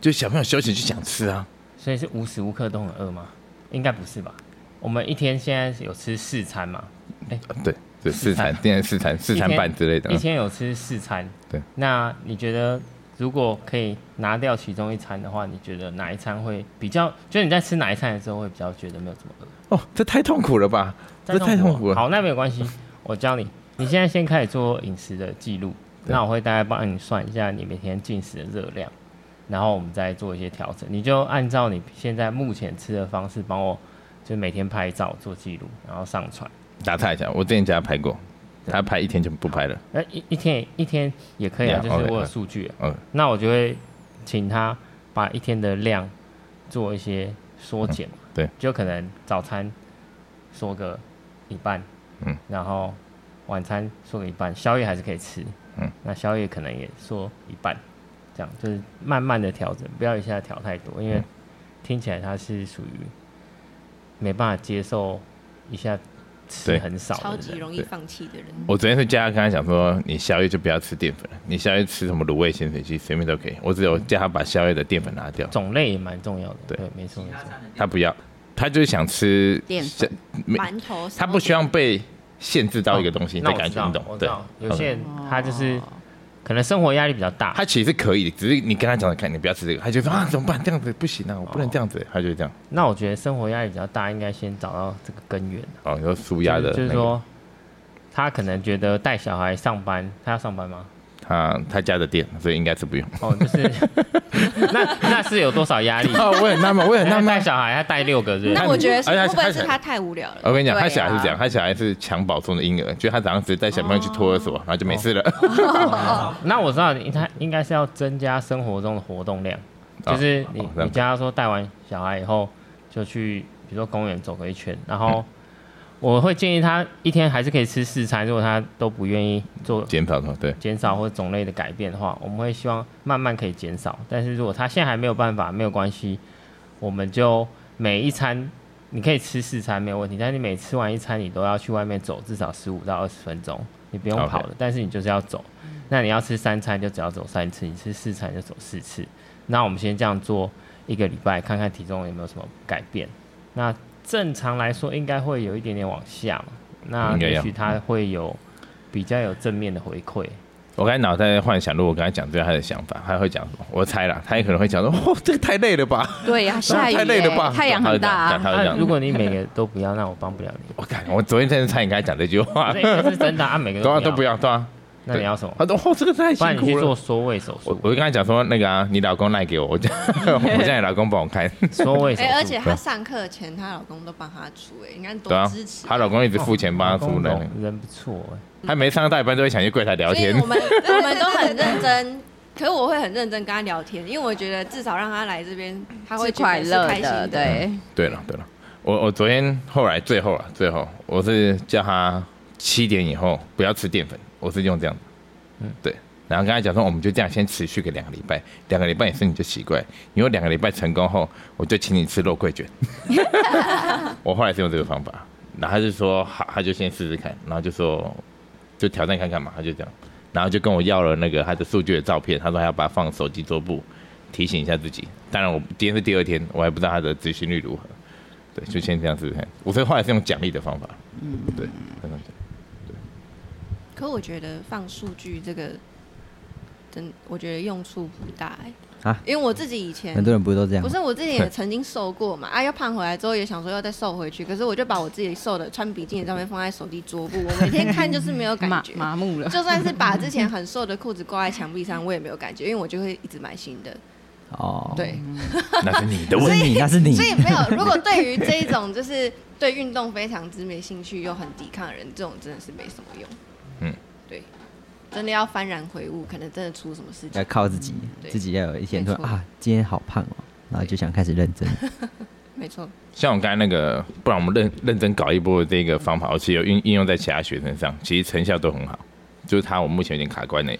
就小朋友休息就想吃啊，
所以是无时无刻都很饿吗？应该不是吧？我们一天现在有吃四餐嘛？
呃对，对，四餐，现在四餐四
一
餐
天
半之类的
一。天有吃四餐。
啊对。
那你觉得如果可以拿掉其中一餐的话，你觉得哪一餐会比较？就是你在吃哪一餐的时候会比较觉得没有这么饿？
哦，这太痛苦了吧？这太痛苦了。
啊
啊
好，那没有关系，我教你。你现在先开始做饮食的记录，那我会大概帮你算一下你每天进食的热量，然后我们再做一些调整。你就按照你现在目前吃的方式，帮我就每天拍照做记录，然后上传。
打岔一下，我之前家拍过，他拍一天就不拍了。
哎，一一天一天也可以啊，
Yeah，
就是
OK，
我有
OK
数据啊，
嗯
那我就会请他把一天的量做一些缩减嘛，
嗯对，
就可能早餐缩个一半，
嗯，
然后晚餐缩个一半，宵夜还是可以吃，
嗯，
那宵夜可能也缩一半，这样就是慢慢的调整，不要一下调太多，因为
嗯
听起来他是属于没办法接受一下吃
对
很少的
超
人，
级容易放弃的人，
我昨天是叫他跟他讲说，你宵夜就不要吃淀粉了，你宵夜吃什么卤味、咸水鸡随便都可以。我只有叫他把宵夜的淀粉拿掉，
种类也蛮重要的，
对
对，没错没错。
他不要，他就是想吃
淀粉
像没
馒头什么的，
他不希望被限制到一个东西
哦那
的
我
感
知
觉，
道
你懂
我？知
对，
道有些
OK
人他就是可能生活压力比较大，
他其实可以，只是你跟他讲，看你不要吃这个，他就说啊怎么办？这样子不行啊，我不能这样
哦
子，他就这样。
那我觉得生活压力比较大，应该先找到这个根源，啊
哦，你说舒压的那
就是
个，
就是说他可能觉得带小孩上班，他要上 班吗？
他他家的店，所以应该是不用。
哦，就是 那那是有多少压 力？
哦，我也很纳闷，我也很
那
纳
带
闷。
小孩，他带六个是不
那
是？
我觉得是
而且他
会不会
他
是他太无聊了？
我跟你讲，
对
他
啊
小孩是这样，他小孩是襁褓中的婴儿，就他早上直接带小朋友去托儿所，然后就没事了。
那我知道你他应该是要增加生活中的活动量，
哦
就是你、
哦这样
你家说带完小孩以后就去，比如说公园走个一圈，然后。 我会建议他一天还是可以吃四餐，如果他都不愿意做
减少说对，
减少或种类的改变的话，我们会希望慢慢可以减少。但是如果他现在还没有办法，没有关系，我们就每一餐你可以吃四餐没有问题，但是你每吃完一餐你都要去外面走至少十五到二十分钟，你不用
OK
跑了但是你就是要走。那你要吃三餐就只要走三次，你吃四餐就走四次。那我们先这样做一个礼拜，看看体重有没有什么改变。那正常来说应该会有一点点往下嘛，那
应该要
也许他会有比较有正面的回馈。
我刚才脑袋在幻想，如果我跟他讲对他的想法，他会讲什么？我猜啦，他也可能会讲说，哦，这个太累了吧，
对呀、下雨、
太累了吧，
太阳很
他会
大、
这样讲他会这
那
样。
如果你每个都不要，那我帮不了 你。
我看，我昨天真的差点跟他讲这句话，
这
对
应该是真 的啊，每个
啊，
都
都不
要。
要，对啊。
那你要什么？
他说，哦，这个太
不然
辛
你去
苦
做
了。
缩胃手
我
术
我。就跟他讲说，那个啊，你老公赖给我， 我叫我叫你老公帮我看，
缩胃手
哎、
术。
而且她上课前，她老公都帮她出、哎，你看
啊对
多
啊
支，持。
她老公一直付钱帮她
老
付
哦公
呢，
人不错哎。
她没上到一半都会想去柜台聊
所以
天
我。们我们都很认真， 可是我会很认真跟她聊天，因为我觉得至少让她来这边，她会
是
觉
快
得是
乐
开心
的，。对，
对了对了，我我昨天后来最后了最后，我是叫他七点以后不要吃淀粉，我是用这样，嗯，对。然后跟他讲说，我们就这样先持续个两个礼拜，两个礼拜你身体就习惯。你有两个礼拜成功后，我就请你吃肉桂卷。我后来是用这个方法，然后他就说好，他就先试试看，然后就说就挑战看看嘛，他就这样，然后就跟我要了那个他的数据的照片，他说他要把它放手机桌布，提醒一下自己。当然我，今天是第二天，我还不知道他的执行率如何。对，就先这样试试看。我所以后来是用奖励的方法。嗯，对，这样子
可我觉得放数据这个，真我觉得用处不大、哎、
啊
因为我自己以前
很多人不是都这样
不
吗？
是，我之前也曾经瘦过嘛，啊，要胖回来之后也想说要再瘦回去，可是我就把我自己瘦的穿比基尼的照片放在手机桌布，我每天看就是 没有感
麻
觉，
麻木了。
就算是把之前很瘦的裤子挂在墙壁上，我也没有感觉，因为我就会一直买新的。
哦，，
对，
那是你的
那
问
是
题。
你，那是你
所。以没有。如果对于这一种就是对运动非常之没兴趣又很抵抗的人，这种真的是没什么用。
嗯
嗯，对，真的要幡然悔悟，可能真的出什么事
要
情。
靠自己，
对
自己要有一天突然
没错
啊，今天好胖哦，然后就想开始认 真。
没错，
像我刚才那个，不然我们认认真搞一波的这个方法，我其实有运应用在其他学生上，其实成效都很好。就是他，我目前有点卡关呢、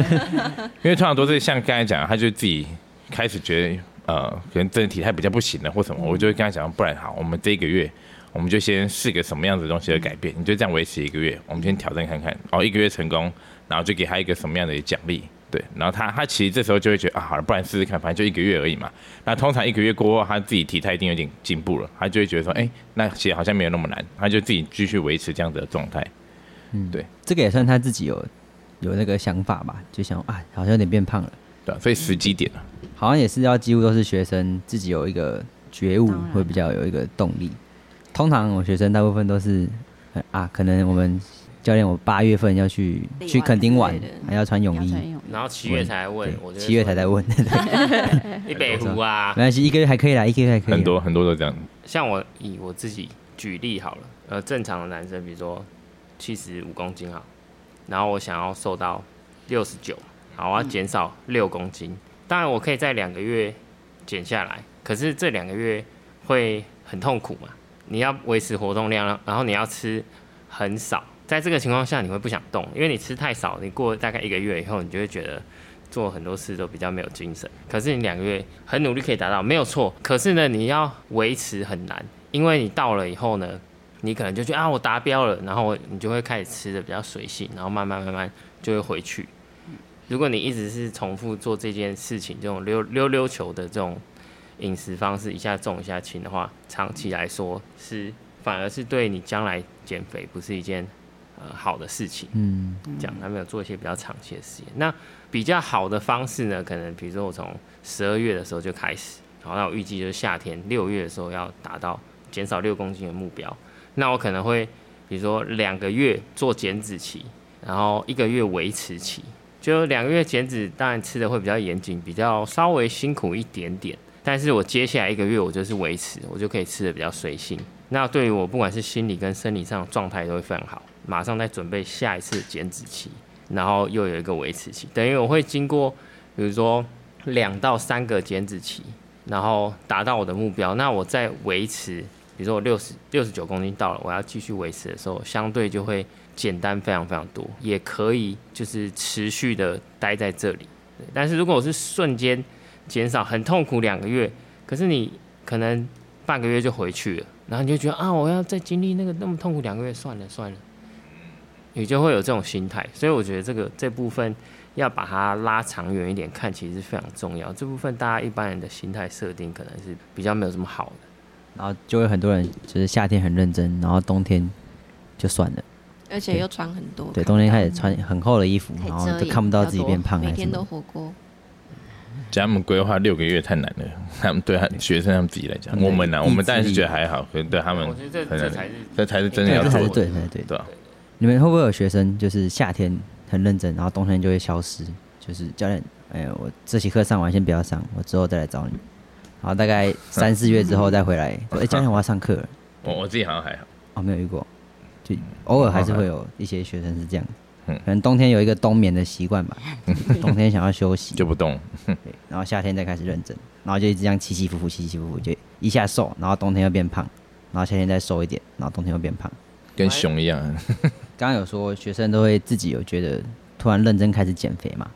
因为通常都是像刚才讲的，他就自己开始觉得呃，可能真的体态比较不行了或什么，我就会跟他讲，不然好，我们这一个月我们就先试个什么样子的东西的改变，你就这样维持一个月，我们先挑战看看，哦，一个月成功，然后就给他一个什么样的奖励。对，然后他他其实这时候就会觉得啊，好了，不然试试看，反正就一个月而已嘛。那通常一个月过后，他自己体态一定有点进步了，他就会觉得说，哎、那其实好像没有那么难，他就自己继续维持这样子的状态。
这个也算他自己有有那个想法吧，就想啊，好像有点变胖了，
对啊、所以时机点啊，
好像也是要几乎都是学生自己有一个觉悟
当然，
会比较有一个动力。通常我学生大部分都是呃啊，可能我们教练我八月份要去
里
去
玩
垦丁
之
玩
类的，
还要穿泳
要
衣，
穿泳衣
然后七月才问，我
对，七月才在问， 对没
一北湖啊。
关系，一个月还可以啦，一个月还可以啦，
很多很多都这样。
像我以我自己举例好了，呃，正常的男生，比如说七十五公斤好，然后我想要瘦到六十九，然后我要减少六公斤。当然我可以在两个月减下来，可是这两个月会很痛苦嘛。你要维持活动量，然后你要吃很少，在这个情况下你会不想动，因为你吃太少，你过大概一个月以后，你就会觉得做很多事都比较没有精神。可是你两个月很努力可以达到，没有错。可是呢，你要维持很难，因为你到了以后呢，你可能就觉得啊，我达标了，然后你就会开始吃的比较随性，然后慢慢慢慢就会回去。如果你一直是重复做这件事情，这种溜溜溜球的这种饮食方式，一下重一下轻的话，长期来说是反而是对你将来减肥不是一件呃好的事情。
嗯，
这样，他们有做一些比较长期的实验。那比较好的方式呢，可能比如说我从十二月的时候就开始，然后那我预计就是夏天六月的时候要达到减少六公斤的目标。那我可能会比如说两个月做减脂期，然后一个月维持期。就两个月减脂，当然吃的会比较严谨，比较稍微辛苦一点点。但是我接下来一个月我就是维持，我就可以吃的比较随性。那对于我不管是心理跟生理上的状态都会非常好，马上再准备下一次的减脂期，然后又有一个维持期，等于我会经过比如说两到三个减脂期，然后达到我的目标，那我再维持，比如说我六十六十九公斤到了，我要继续维持的时候，相对就会简单非常非常多，也可以就是持续的待在这里。对但是如果我是瞬间减少，很痛苦两个月，可是你可能半个月就回去了，然后你就觉得啊，我要再经历那个那么痛苦两个月，算了算了，你就会有这种心态。所以我觉得这个这部分要把它拉长远一点看，其实是非常重要。这部分大家一般人的心态设定可能是比较没有这么好的。
然后就会很多人就是夏天很认真，然后冬天就算了。
而且又穿很多，
对，冬天开始穿很厚的衣服，
太
然
遮
后
掩
就看不到
比较
自己
多
变胖还
每
是什
天都
么。
火锅，
讲他们规划六个月太难了，他们对他学生他们自己来讲，我们呢、啊，我们当然是觉得还好，可是对他们
我觉得这
嗯很
这
难
才是
这才是真的
对，
要
这才是
做的，
对，对对。
对吧？啊
你们会不会有学生就是夏天很认真，然后冬天就会消失？就是教练，哎、我这节课上完先不要上，我之后再来找你。然后大 概三四月之后再回来，说哎、教练我要上课了。
我我自己好像还好，
哦，没有遇过，就偶尔还是会有一些学生是这样。
嗯
可能冬天有一个冬眠的习 惯吧，冬天想要休息，
就不动。
对然后夏天再开始认真，然后就一直这样起起伏伏，起起伏伏，就一下瘦，然后冬天又变胖，然后夏天再瘦一点，然后冬天又变胖。哎
跟熊一样，
刚刚有说学生都会自己有觉得突然认真开始减肥嘛，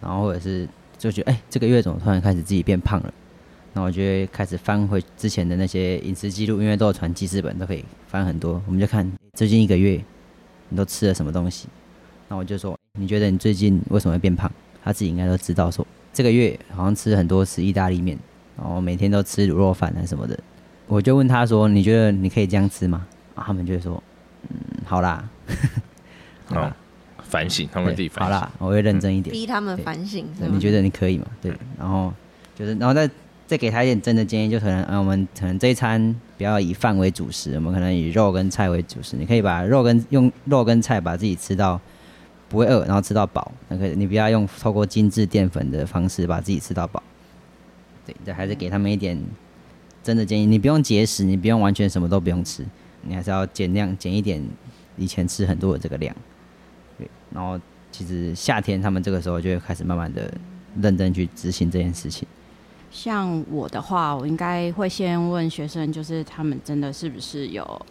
然后或者是就觉得哎、这个月怎么突然开始自己变胖了，那我就会开始翻回之前的那些饮食记录，因为都有传记事本，都可以翻很多，我们就看哎最近一个月你都吃了什么东西，那我就说哎你觉得你最近为什么会变胖？他自己应该都知道说这个月好像吃很多次意大利面，然后每天都吃卤肉饭啊什么的，我就问他说你觉得你可以这样吃吗？啊、他们就会说嗯好啦。 好
哦
啦，
反省，他们自己
对好
反省。
啦，我会认真一点。
逼他们反省，是
对
吗
你？觉得你可以吗？对，然后就是，然后再再给他一点真的建议，就可能，嗯，我们可能这一餐不要以饭为主食，我们可能以肉跟菜为主食。你可以把肉跟用肉跟菜把自己吃到不会饿，然后吃到饱。那个你不要用透过精致淀粉的方式把自己吃到饱。对，这还是给他们一点真的建议。你不用节食，你不用完全什么都不用吃，你还是要减量减一点以前吃很多的这个量。对，然后其实夏天他们这个时候就会开始慢慢的认真去执行这件事情。
像我的话，我应该会先问学生，就是他们真的是不是有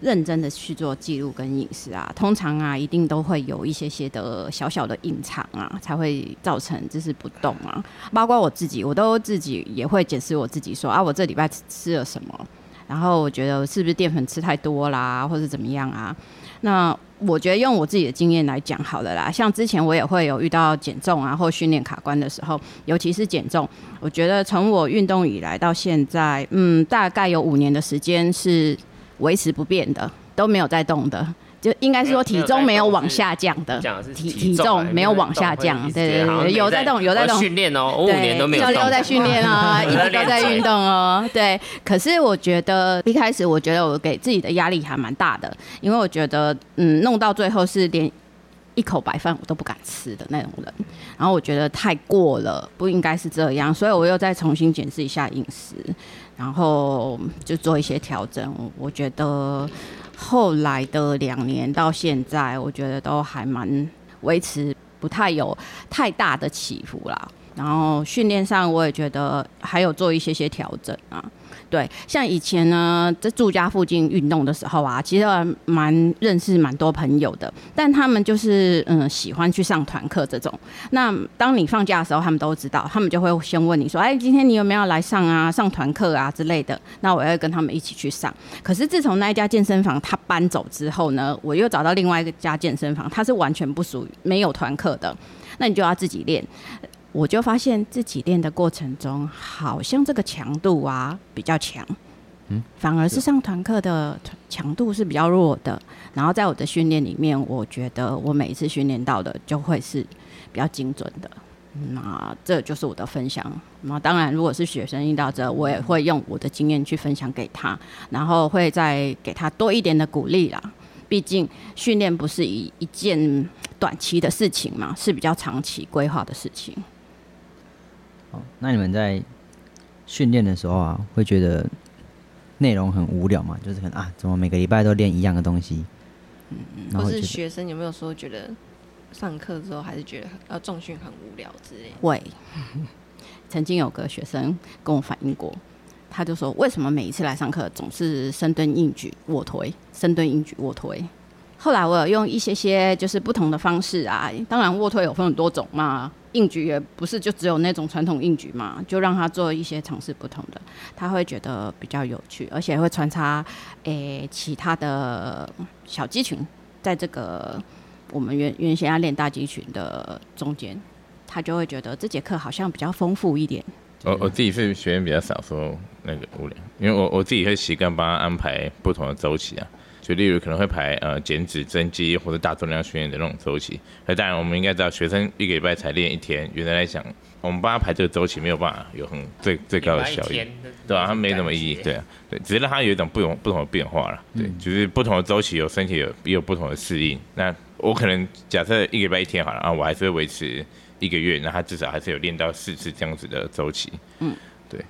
认真的去做记录跟饮食啊？通常啊，一定都会有一些些的小小的隐藏啊，才会造成就是不动啊。包括我自己，我都自己也会解释我自己说啊，我这礼拜吃吃了什么，然后我觉得是不是淀粉吃太多啦，或是怎么样啊？那我觉得用我自己的经验来讲好了啦，像之前我也会有遇到减重啊或训练卡关的时候，尤其是减重，我觉得从我运动以来到现在，嗯，大概有五年的时间是维持不变的，都没有在动的，就应该是说体重没有往下降的，
讲的是
体
体
重
啊
没有往下降
你会一直
对
觉得
对
好像
对有
没
在动有在
我
动
训练哦，我五年都没有
教
动
练都在训练 啊，一直都在运动哦。对，可是我觉得一开始我觉得我给自己的压力还蛮大的，因为我觉得嗯，弄到最后是连一口白饭我都不敢吃的那种人。然后我觉得太过了，不应该是这样，所以我又再重新检视一下饮食，然后就做一些调整。我觉得后来的两年到现在，我觉得都还蛮维持不太有太大的起伏啦。然后训练上，我也觉得还有做一些些调整啊。对，像以前呢，在住家附近运动的时候啊，其实蛮认识蛮多朋友的，但他们就是嗯喜欢去上团课这种。那当你放假的时候，他们都知道，他们就会先问你说：“哎，今天你有没有要来上啊？上团课啊之类的？”那我要跟他们一起去上。可是自从那一家健身房他搬走之后呢，我又找到另外一家健身房，它是完全不属于没有团课的，那你就要自己练。我就发现自己练的过程中，好像这个强度啊比较强，嗯，反而是上团课的团强度是比较弱的。然后在我的训练里面，我觉得我每一次训练到的就会是比较精准的。那这就是我的分享。那当然，如果是学生遇到这，我也会用我的经验去分享给他，然后会再给他多一点的鼓励啦。毕竟训练不是一一件短期的事情嘛，是比较长期规划的事情。
那你们在训练的时候啊，会觉得内容很无聊吗？就是可能啊，怎么每个礼拜都练一样的东西？嗯，然
或
后
是
就觉
学生有没有说觉得上课之后还是觉得呃重训很无聊之类的？
会。 曾经有个学生跟我反映过，他就说为什么每一次来上课总是深蹲、硬举、卧推，深蹲、硬举、卧推。后来我有用一些些就是不同的方式啊，当然卧推有分很多种嘛，硬啊举也不是就只有那种传统硬举嘛，就让他做一些尝试不同的，他会觉得比较有趣，而且会穿插诶、其他的小肌群，在这个我们原原先要练大肌群的中间，他就会觉得这节课好像比较丰富一点。
我我自己是学员比较少，说那个无聊，因为我我自己会习惯帮他安排不同的周期啊，就例如可能会排呃减脂、增肌或者大重量训练的那种周期。那当然我们应该知道，学生一个礼拜才练一天，原来来讲，我们帮他排这个周期没有办法有很最最高的效益。对啊，它没什么意义，对啊，对，只是让它有一种不同不同的变化了，对，就是不同的周期有身体有也有不同的适应。那我可能假设一个礼拜一天好了啊，我还是会维持一个月，那它至少还是有练到四次这样子的周期，嗯，对，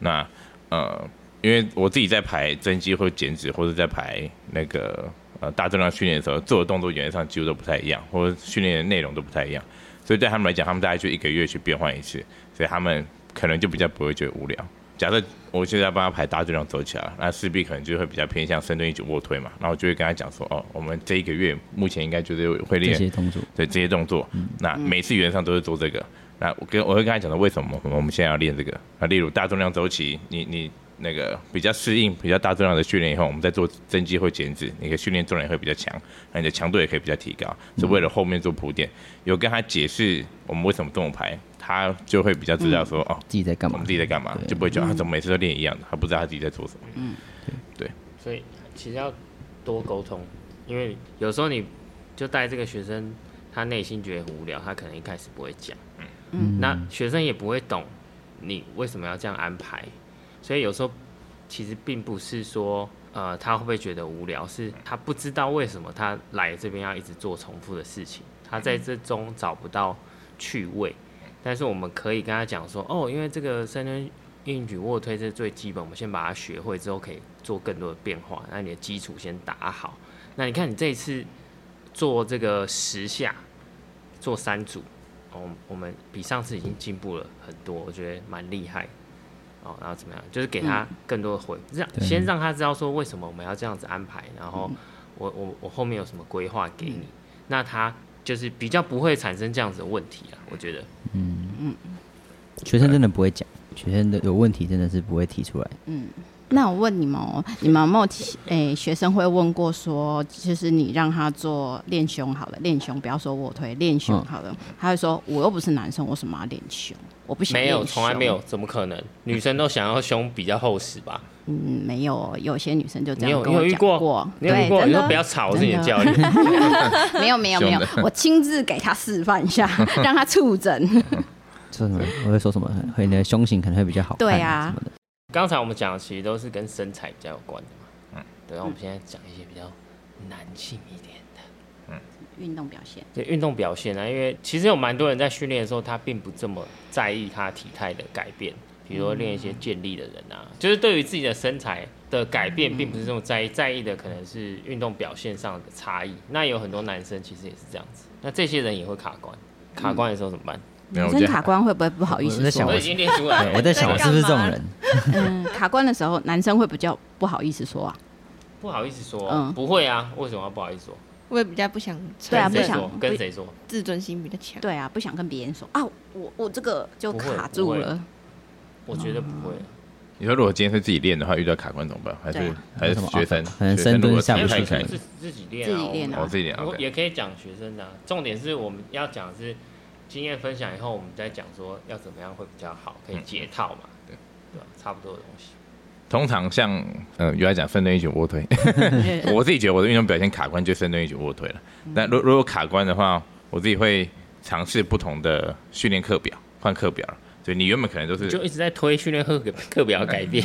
那呃，因为我自己在排增肌或减脂，或者在排那个呃大重量训练的时候，做的动作原则上几乎都不太一样，或者训练的内容都不太一样，所以对他们来讲，他们大概就一个月去变换一次，所以他们可能就比较不会觉得无聊。假设我现在帮他排大重量走起来，那势必可能就会比较偏向深蹲、一举、卧推嘛。然后我就会跟他讲说，哦，我们这一个月目前应该就是会
得这
练
些动作，
对这些动作。
嗯
那每次原则上都是做这个。那我跟我会跟他讲说，为什么我们现在要练这个？那例如大重量周期，你你那个比较适应比较大重量的训练以后，我们再做增肌或减脂，你的训练重量也会比较强，那你的强度也可以比较提高，是
嗯
为了后面做铺垫。有跟他解释我们为什么这么排，他就会比较知道说，哦，
自己在嗯干
我
嘛嗯
们自？己在干嘛，就不会觉得他怎么每次都练一样的，他不知道他自己在做什么。
所以其实要多沟通，因为有时候你就带这个学生，他内心觉得很无聊，他可能一开始不会讲，嗯，那学生也不会懂你为什么要这样安排，所以有时候其实并不是说。呃，他会不会觉得无聊？是他不知道为什么他来这边要一直做重复的事情，他在这中找不到趣味。但是我们可以跟他讲说，哦，因为这个深蹲硬举、卧推这是最基本，我们先把它学会之后，可以做更多的变化。那你的基础先打好。那你看你这一次做这个十下，做三组，哦，我们比上次已经进步了很多，我觉得蛮厉害。哦，然后怎么样？就是给他更多的回，让、
对
先让他知道说为什么我们要这样子安排，然后我我我后面有什么规划给你，那他就是比较不会产生这样子的问题啊，我觉得。
学生真的不会讲，学生的有问题真的是不会提出来。
嗯
那我问你们哦，你们有没有提诶、学生会问过说，就是你让他做练胸好了，练胸不要说卧推，练胸好了，他会说我又不是男生，我为什么要练胸？我不想
没有，
练
从来
胸
没有，。怎么可能？ 女生都想要胸比较厚实吧？
嗯，没有，有些女生就这
你
样
有
跟
你
我
有遇
讲过
过，？你有遇过？
对，
你
真
说
的啊
不要吵，我是你的
真的啊
教练。
没有没 有没有
凶，
我亲自给他示范一 下，让他触诊。
说什么？我会说什么？会你的胸型可能会比较好看。
对啊
什么的。
刚才我们讲的其实都是跟身材比较有关的嘛。嗯，对。然后我们现在讲一些比较男性一点的，
运动表现，
对运动表现啊，因为其实有蛮多人在训练的时候，他并不这么在意他体态的改变，比如说练一些健力的人
嗯
啊，就是对于自己的身材的改变，并不是这么在意，在意的可能是运动表现上的差异。那有很多男生其实也是这样子，那这些人也会卡关，卡关的时候怎么办？
没有我
女
觉
生
得
卡关会不会不好意
我
思
在想
我
说
已？经练出来
对我
了，
在想我是不是这种人？
嗯，卡关的时候，男生会比较不好意思说啊。
不好意思说，
嗯
不会啊，为什么要不好意思说？
我也比较不想承
对啊
认，
不
跟谁
想
说？跟谁说？
自尊心比较强。
对啊，不想跟别人说啊，我我这个就
不会
卡
不
住
会
了。
我觉得不会。
你说如果今天是自己练的话，遇到卡关怎么办？还
对
是
啊
还是学生？
可能
学生
深
如
蹲
果
下
太
不
开
去可
开
能
自自己练啊，
自己练啊
我自己练
我
OK。
也可以讲学生的啊、重点是我们要讲的是经验分享以后，我们再讲说要怎么样会比较好，可以解套嘛，
嗯对
对吧？差不多的东西。
通常像嗯，原来讲深蹲一组卧 推，我自己觉得我的运动表现卡关就深蹲一组卧推了。
嗯
那如如果卡关的话，我自己会尝试不同的训练课表，换课表了。所以你原本可能都是
你就一直在推训练课课表改 变，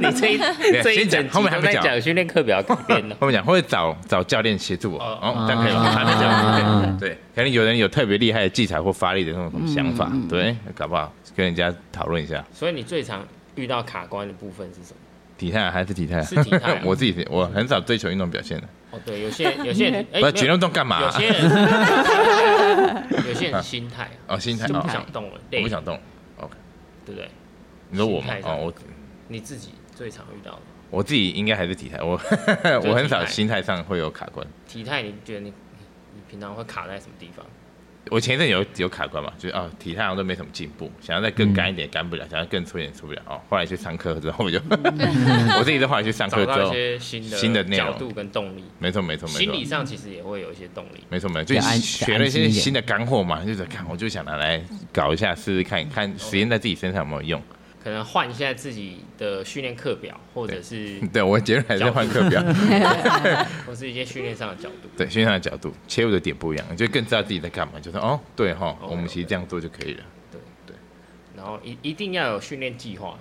你这一
对
这一
先讲
整
后
集
面还
都
没
在
讲。
讲训练课表改变呢
后面讲，会找找教练协助我，
哦
哦，这样可以吗？还没讲完， 对，可能有人有特别厉害的技巧或发力的那种什么想
嗯
法，对，搞不好跟人家讨论一下。
所以你最常遇到卡关的部分是什么？
体态啊还是体态，
是体态啊
我自己我很少追求运动表现的，
哦，对，有些有 些人
不
哎，没
是
有
举那么重干嘛
有
啊？
些人 有些人心态啊
哦，心态
就
哦
不，想动了，
我
累
不
了，
想动。
对不对？
你说我吗
心态？上
哦，我
你自己最常遇到的
我自己应该还是体 态，我我很少心态上会有卡关。
体态，你觉得你你你平常会卡在什么地方？
我前一阵有有卡关嘛，就是啊、体态好像都没什么进步，想要再
嗯
更干一点干不了，想要更粗一点粗不了。哦，后来去上课之后 我就，我自己都后来去上课
找
之
到一
后，
些新的
新的内容
角度跟动力，
没错没错没
心
错，
理上其实也会有一些动力。
没错没错，就
比较安
学了一
比较安心一
些
点
新的干货嘛，就是看我就想拿来搞一下试试看， 看实验在自己身上有没有用。
可能换一下自己的训练课表，或者是
对我结论还是换课 表，
或是一些训练上的角度。
对，宣传的角度切入的点不一样，就更知道自己在干嘛。就是哦，对哈，
OK，
我们其实
OK
这样做就可以了。
然后一一定要有训练计划，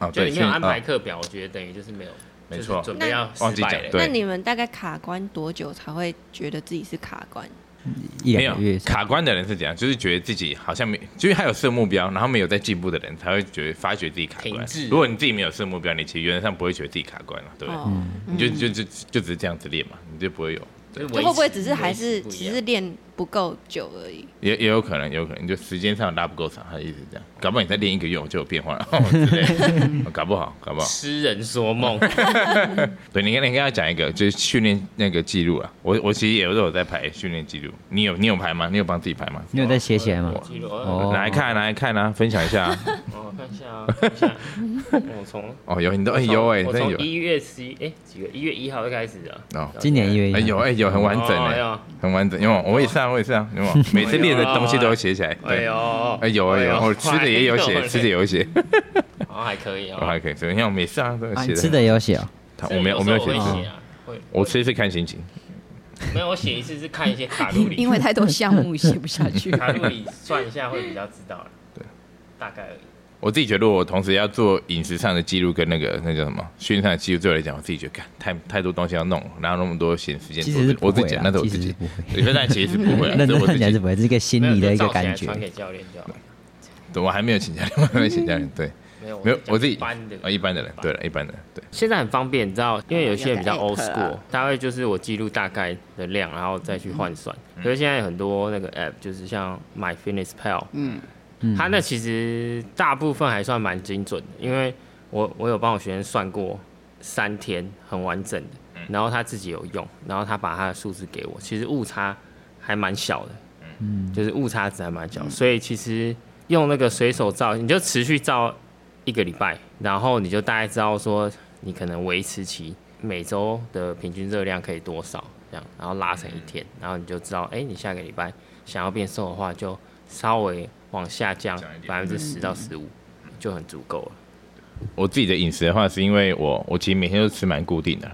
哦，
就
对，
你没有
宣
安排
哦
课表，我觉得等于就是没有，
没
就是
错
准备要
忘记
失败
讲
了。
对
那你们大概卡关多久才会觉得自己是卡关？
一
没
两个月
有卡关的人是怎样？就是觉得自己好像没，就是他有设目标，然后没有在进步的人才会觉得发觉自己卡关
停滞。
如果你自己没有设目标，你其实原则上不会觉得自己卡关了，对不对？
哦，
嗯
你
嗯
就就就就只是这样子练嘛，你就不会有。
就
就会不会只是还是只是
是
练不够久而已？
也也有可能，也有可能，就时间上拉不够长，他一直这样。搞不好你再练一个月，我就有变化 了哦之类的，哦搞不好，搞不好。
痴人说梦？
对，你跟你跟他讲一个，就是训练那个记录啊。我我其实也都有在排训练记录，你有你有排吗？你有啊帮自己排吗？
你有在写起来吗？
记录
哦
哦，
拿来看，拿来看啊，分享一下啊。
我看一下啊，看一下，我从
哦， 有你都哎有哎，
我
真的
从
有
一月十一哎几个一月一号就开始的，
哦，
今年一月一
哎
号
有哎有很完整
哦哎
哎，
呦
很完整。因为我也是啊，我也是啊，因为我每次练的东西都有写起来。
哎
对，
呦，
哎有哎有， 我吃的也有写，吃的也
有，
有写，
哦还可以
我
哦。
还可以。所以你看我每次啊都有
啊，
写
你
的。
吃的也有写哦，
他，我没有我没有写
时候我
字
会，啊，会
我吃是看心情。
没有我写一次是看一些卡路 里。
因，为太多项目写不下去
卡路里算一下会比较知道了，对，大概而已。
我自己觉得，我同时要做饮食上的记录跟那个那叫什么训练上的记录，对我来讲，我自己觉得干太太多东西要弄，哪有那么多闲时间
其
做
实
这
是
个？
不
我自己
会
讲，
啊
那是我
其
自
实是
己。
不会。
对，但其实是不会啊，
认
这
真
是我
看
自
起来是
己。
不会，这是一个心
没有
理的一
就
个
照起来
感觉。
传给教练就好了。
对，我还没有请教练，我还没有请教练。对，
没有，
没有
是讲
我自己
一般的
啊，一般的人，对了，一般的人，对，
现在很方便，你知道，因为有些人比较
有个
old
app
school，大概就是我记录大概的量，然后再去换算。所以现在有很多那个 app，就是像 My Fitness Pal，
嗯
它那其实大部分还算蛮精准的，因为我我有帮我学生算过三天很完整的，然后他自己有用，然后他把他的数字给我，其实误差还蛮小的，嗯，就是误差值还蛮小，所以其实用那个随手照，你就持续照一个礼拜，然后你就大概知道说你可能维持期每周的平均热量可以多少这样，然后拉成一天，然后你就知道，哎、你下个礼拜想要变瘦的话，就稍微往下降
降一点
百分之十到十五，就很足够了。
我自己的饮食的话，是因为我我其实每天都吃蛮固定的，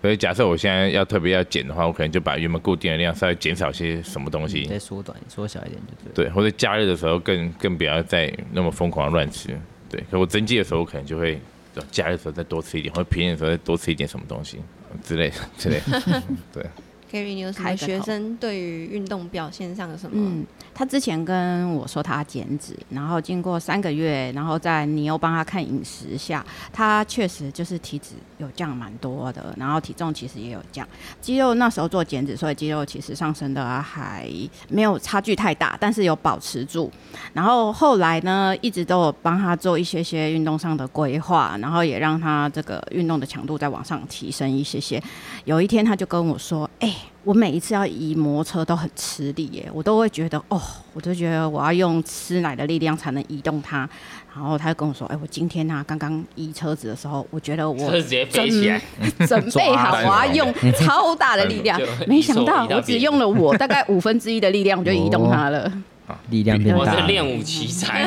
所以假设我现在要特别要减的话，我可能就把原本固定的量稍微减少些什么东西
嗯
你，再缩短、缩小一点就对了。
对，或者假日的时候更更不要再那么疯狂地乱吃。对，可我增肌的时候，我可能就会呃 假日的时候再多吃一点，或者平日的时候再多吃一点什么东西呃之类的之类的。对，
可 Gary，你有什
开个
么
头
学生对于运动表现上有什么？
嗯，他之前跟我说他减脂，然后经过三个月，然后在你又帮他看饮食下，他确实就是体脂有降蛮多的，然后体重其实也有降，肌肉那时候做减脂，所以肌肉其实上升的啊还没有差距太大，但是有保持住。然后后来呢，一直都有帮他做一些些运动上的规划，然后也让他这个运动的强度再往上提升一些些。有一天他就跟我说：“哎、我每一次要移摩托车都很吃力耶，我都会觉得哦，我都觉得我要用吃奶的力量才能移动它。”然后他就跟我说：“哎、我今天啊，刚刚移车子的时候，我觉得我
车 直接飞起来，
准备好我要用超大的力量
就，
没想到
移手移到
我只用了我大概五分之一的力量，我就移动它了。
力量变
我
哦
大
是
了。
练武奇才，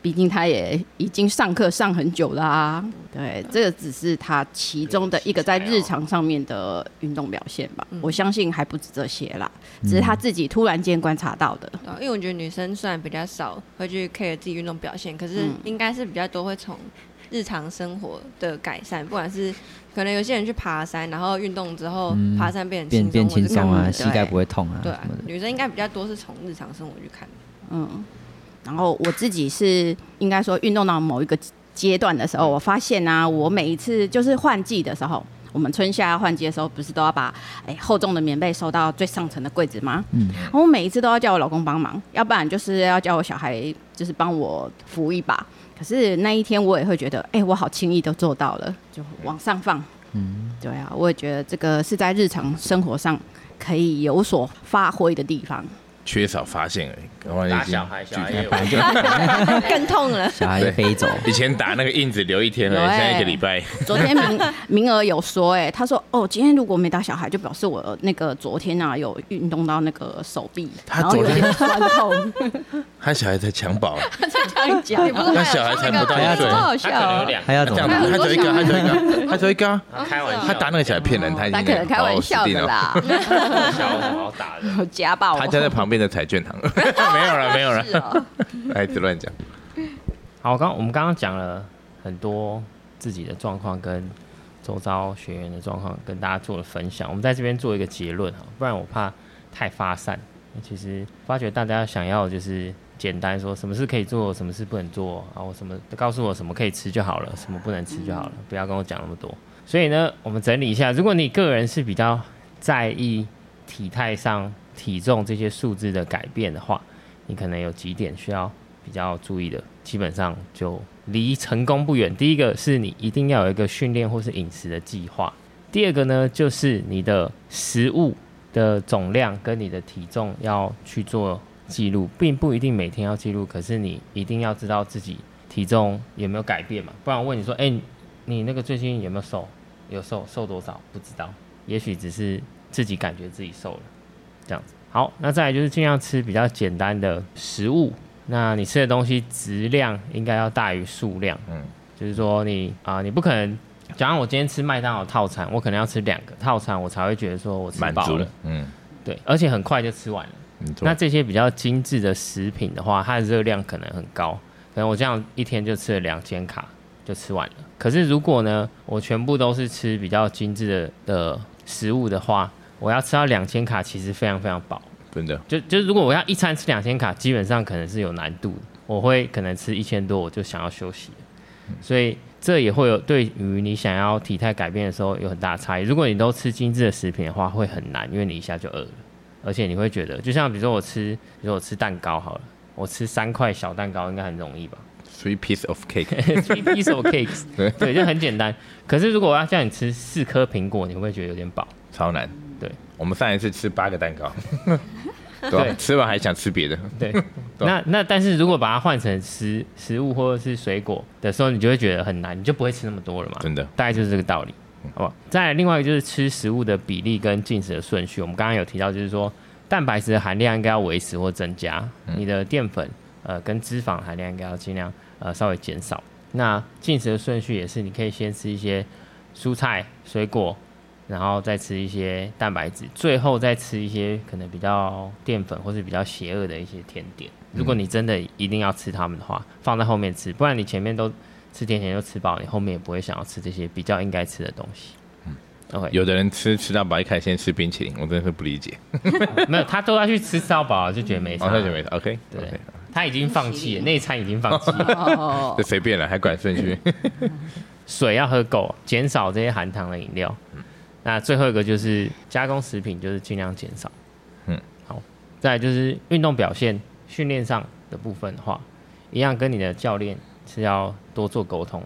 毕竟他也已经上课上很久啦、对，这个只是他其中的一个在日常上面的运动表现吧。我相信还不止这些啦，只是他自己突然间观察到的。
对啊因为我觉得女生虽然比较少会去 care 自己运动表现，可是
嗯
应该是比较多会从日常生活的改善，不管是可能有些人去爬山，然后运动之后、
嗯
爬山变得
变变轻
轻
松
或者
啊，
干嘛
膝盖不会痛啊，
对啊
什么的，
女生应该比较多是从日常生活去看。
嗯，然后我自己是应该说运动到某一个阶段的时候，我发现啊，我每一次就是换季的时候，我们春夏换季的时候，不是都要把哎厚重的棉被收到最上层的柜子吗？
嗯
然后我每一次都要叫我老公帮忙，要不然就是要叫我小孩就是帮我扶一把。可是那一天我也会觉得，哎、我好轻易都做到了，就往上放。嗯，对啊，我也觉得这个是在日常生活上可以有所发挥的地方。
缺少发现而已。然后已经
打小孩，小孩也有
反正就
更痛了。
小孩就飞走。
以前打那个印子留一天了，
有欸
现在一个礼拜。
昨天名名额有说、哎，他说哦，今天如果没打小孩，就表示我那个昨天啊有运动到那个手臂，
他
然后有
昨天
点酸 痛，
他小孩才襁褓，啊
这样讲，
你不是
那
还
小孩
有
才
那
不
个
到一岁
超，好
他
笑
可能有
哦、
两
他
个，
要
他
怎么
讲
办？
他只有一个，他只有一个，他只有一个啊，
他开玩笑，
他打那个小孩骗人，他已
他
经
哦可能开玩笑的，啦，
他小我好打的，
家暴哦、
他家在旁边的彩券行，没有了，没有了，
是哦，
孩子乱讲。
好，刚我们刚刚讲了很多自己的状况跟周遭学员的状况，跟大家做了分享。我们在这边做一个结论哈，不然我怕太发散。其实发觉大家想要的就是简单说什么事可以做，什么事不能做，然后什么告啊诉我什么可以吃就好了，什么不能吃就好了，不要跟我讲那么多。所以呢，我们整理一下，如果你个人是比较在意体态上体重这些数字的改变的话，你可能有几点需要比较注意的，基本上就离成功不远。第一个是你一定要有一个训练或是饮食的计划，第二个呢就是你的食物的总量跟你的体重要去做记录，并不一定每天要记录，可是你一定要知道自己体重有没有改变嘛，不然我问你说，哎、你你那个最近有没有瘦？有瘦，瘦多少不知道，也许只是自己感觉自己瘦了，这样子。好，那再来就是尽量吃比较简单的食物，那你吃的东西质量应该要大于数量，嗯
嗯，
就是说你啊、你不可能，假如我今天吃麦当劳套餐，我可能要吃两个套餐，我才会觉得说我吃
满
饱
足
了
了，，嗯，
对，而且很快就吃完了。
你做
那这些比较精致的食品的话，它的热量可能很高，可能我这样一天就吃了两千卡就吃完了。可是如果呢，我全部都是吃比较精致的的食物的话，我要吃到两千卡其实非常非常饱。
真的
就就如果我要一餐吃两千卡，基本上可能是有难度的，我会可能吃一千多我就想要休息了，所以这也会有对于你想要体态改变的时候有很大的差异。如果你都吃精致的食品的话，会很难，因为你一下就饿了，而且你会觉得，就像比如说我吃，比如说我吃蛋糕好了，我吃三块小蛋糕应该很容易吧。
three piece of cake，
three piece of cakes，对，就很简单。可是如果我要叫你吃四颗苹果，你会不会觉得有点饱？
超难。
对，
我们上一次吃八个蛋 糕，对
对
啊，吃完还想吃别的，
对，那那但是如果把它换成食食物或者是水果的时候，你就会觉得很难，你就不会吃那么多了嘛。
真的
大概就是这个道理，好不好？再来另外一个就是吃食物的比例跟进食的顺序，我们刚刚有提到，就是说蛋白质的含量应该要维持或增加，你的淀粉呃跟脂肪含量应该要尽量呃稍微减少。那进食的顺序也是，你可以先吃一些蔬菜、水果，然后再吃一些蛋白质，最后再吃一些可能比较淀粉或是比较邪恶的一些甜点。如果你真的一定要吃它们的话，放在后面吃，不然你前面都吃甜点就吃饱，你后面也不会想要吃这些比较应该吃的东西。 OK，
嗯有的人吃吃到白开，先吃冰淇淋，我真的是不理解。
没有他都要去吃烧堡，就觉得没
哦，
啥，
那就没了。OK，
对
OK，
他已经放弃了，那一餐已经放弃了。
哦
这，随便了，还管顺序。
水要喝够，减少这些含糖的饮料。那最后一个就是加工食品，就是尽量减少。
嗯
嗯，好。再来就是运动表现、训练上的部分的话，一样跟你的教练是要多做沟通，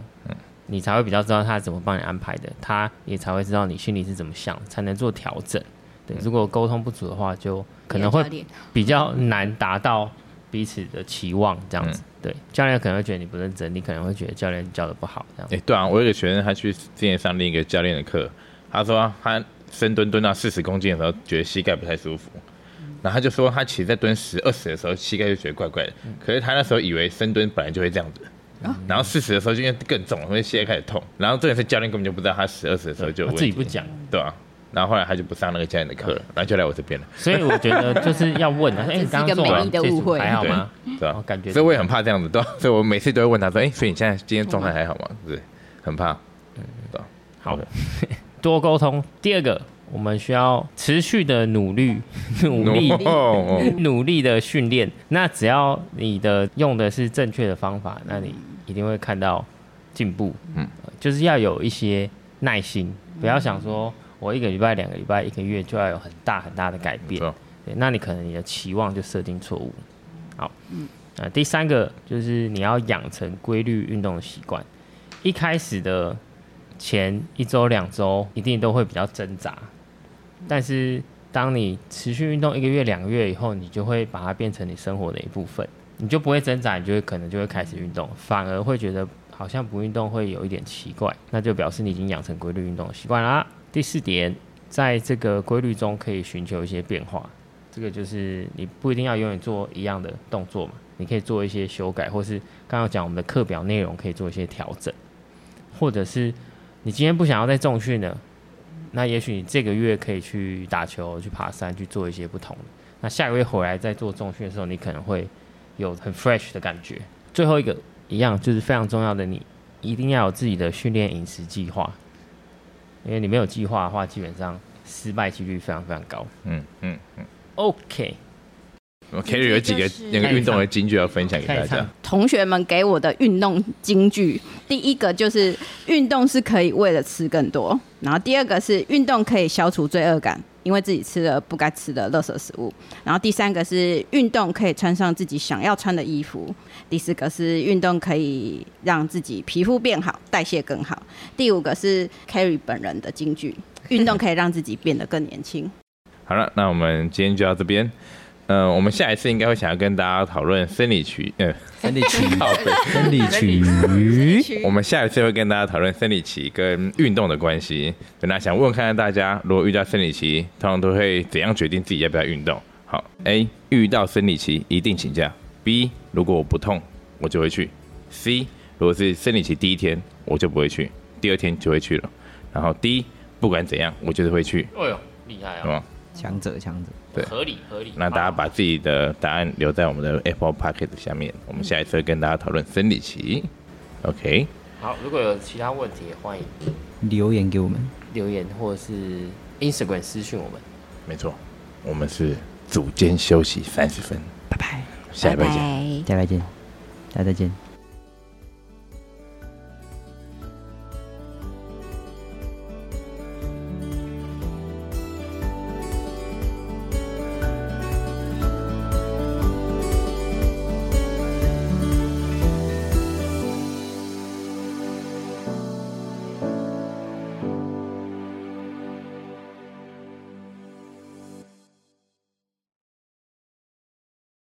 你才会比较知道他怎么帮你安排的，他也才会知道你心里是怎么想，才能做调整。对，如果沟通不足的话，就可能会
教练
比较难达到彼此的期望，这样子。对，教练可能会觉得你不认真，你可能会觉得教练教的不好，这样子
哎、。对啊，我有个学生，他去之前上另一个教练的课，他说他深蹲蹲到四十公斤的时候，觉得膝盖不太舒服，然后他就说他其实在蹲十二十的时候，膝盖就觉得怪怪的，可是他那时候以为深蹲本来就会这样子。然后四十的时候就因为更重，所以膝盖开始痛。然后这个是教练根本就不知道他十二十的时候就有
他
问
自
题
己不讲，
对啊。然后后来他就不上那个教练的课了，然后就来我这边了，
所以我觉得就是要 问他，哎，你
这是
刚
一个
刚做完
美丽的
这组
误会
还好吗？
对啊
哦，感觉
所以我也很怕这样子，对啊、所以我每次都会问他说：“哎，所以你现在今天状态还好吗？”对，很怕。
好， 多沟通。第二个，我们需要持续的努力，努力。
哦
努力的训练，那只要你的用的是正确的方法，那你一定会看到进步。嗯、就是要有一些耐心，不要想说我一个礼拜、两个礼拜、一个月就要有很大很大的改
没
变。
错
对，那你可能你的期望就设定错误。好，
嗯
啊、第三个就是你要养成规律运动的习惯。一开始的前一周、两周一定都会比较挣扎，但是当你持续运动一个月、两个月以后，你就会把它变成你生活的一部分，你就不会挣扎，你就会可能就会开始运动，反而会觉得好像不运动会有一点奇怪，那就表示你已经养成规律运动的习惯啦。第四点，在这个规律中可以寻求一些变化，这个就是你不一定要永远做一样的动作嘛，你可以做一些修改，或是刚刚讲我们的课表内容可以做一些调整，或者是你今天不想要再重训了，那也许你这个月可以去打球、去爬山、去做一些不同的。那下个月回来再做重训的时候，你可能会有很 fresh 的感觉。最后一个一样就是非常重要的你，一定要有自己的训练饮食计划，因为你没有计划的话，基本上失败几率非常非常高。
嗯嗯。
OK，
我 Kerry 有几个
就是
那个运动的金句要分享给
看
大
一看
家。
同学们给我的运动金句，第一个就是运动是可以为了吃更多，然后第二个是运动可以消除罪恶感，因为自己吃了不该吃的垃圾食物，然后第三个是运动可以穿上自己想要穿的衣服，第四个是运动可以让自己皮肤变好，代谢更好，第五个是 Carrie 本人的金句，运动可以让自己变得更年轻。
好了，那我们今天就到这边。呃，我们下一次应该会想要跟大家讨论生理期，呃，
生理曲，
靠背。
生理曲，
我们下一次会跟大家讨论生理期跟运动的关系。对那想问看看大家，如果遇到生理期，通常都会怎样决定自己要不要运动？好，A 遇到生理期一定请假。B 如果我不痛，我就会去。C 如果是生理期第一天，我就不会去，第二天就会去了。然后 D 不管怎样，我就是会去，
哎呦，厉害
好吗
啊！？
强者强者，
对
合理合理。
那大家把自己的答案留在我们的 Apple p o c k e t 下面，我们下一次会跟大家讨论生理期。OK，
好，如果有其他问题，也欢迎
留言给我们，
留言或者是 Instagram 私讯我们。
没错，我们是组间休息三十分，
拜拜，
下一拜见。
下拜见，大家再见。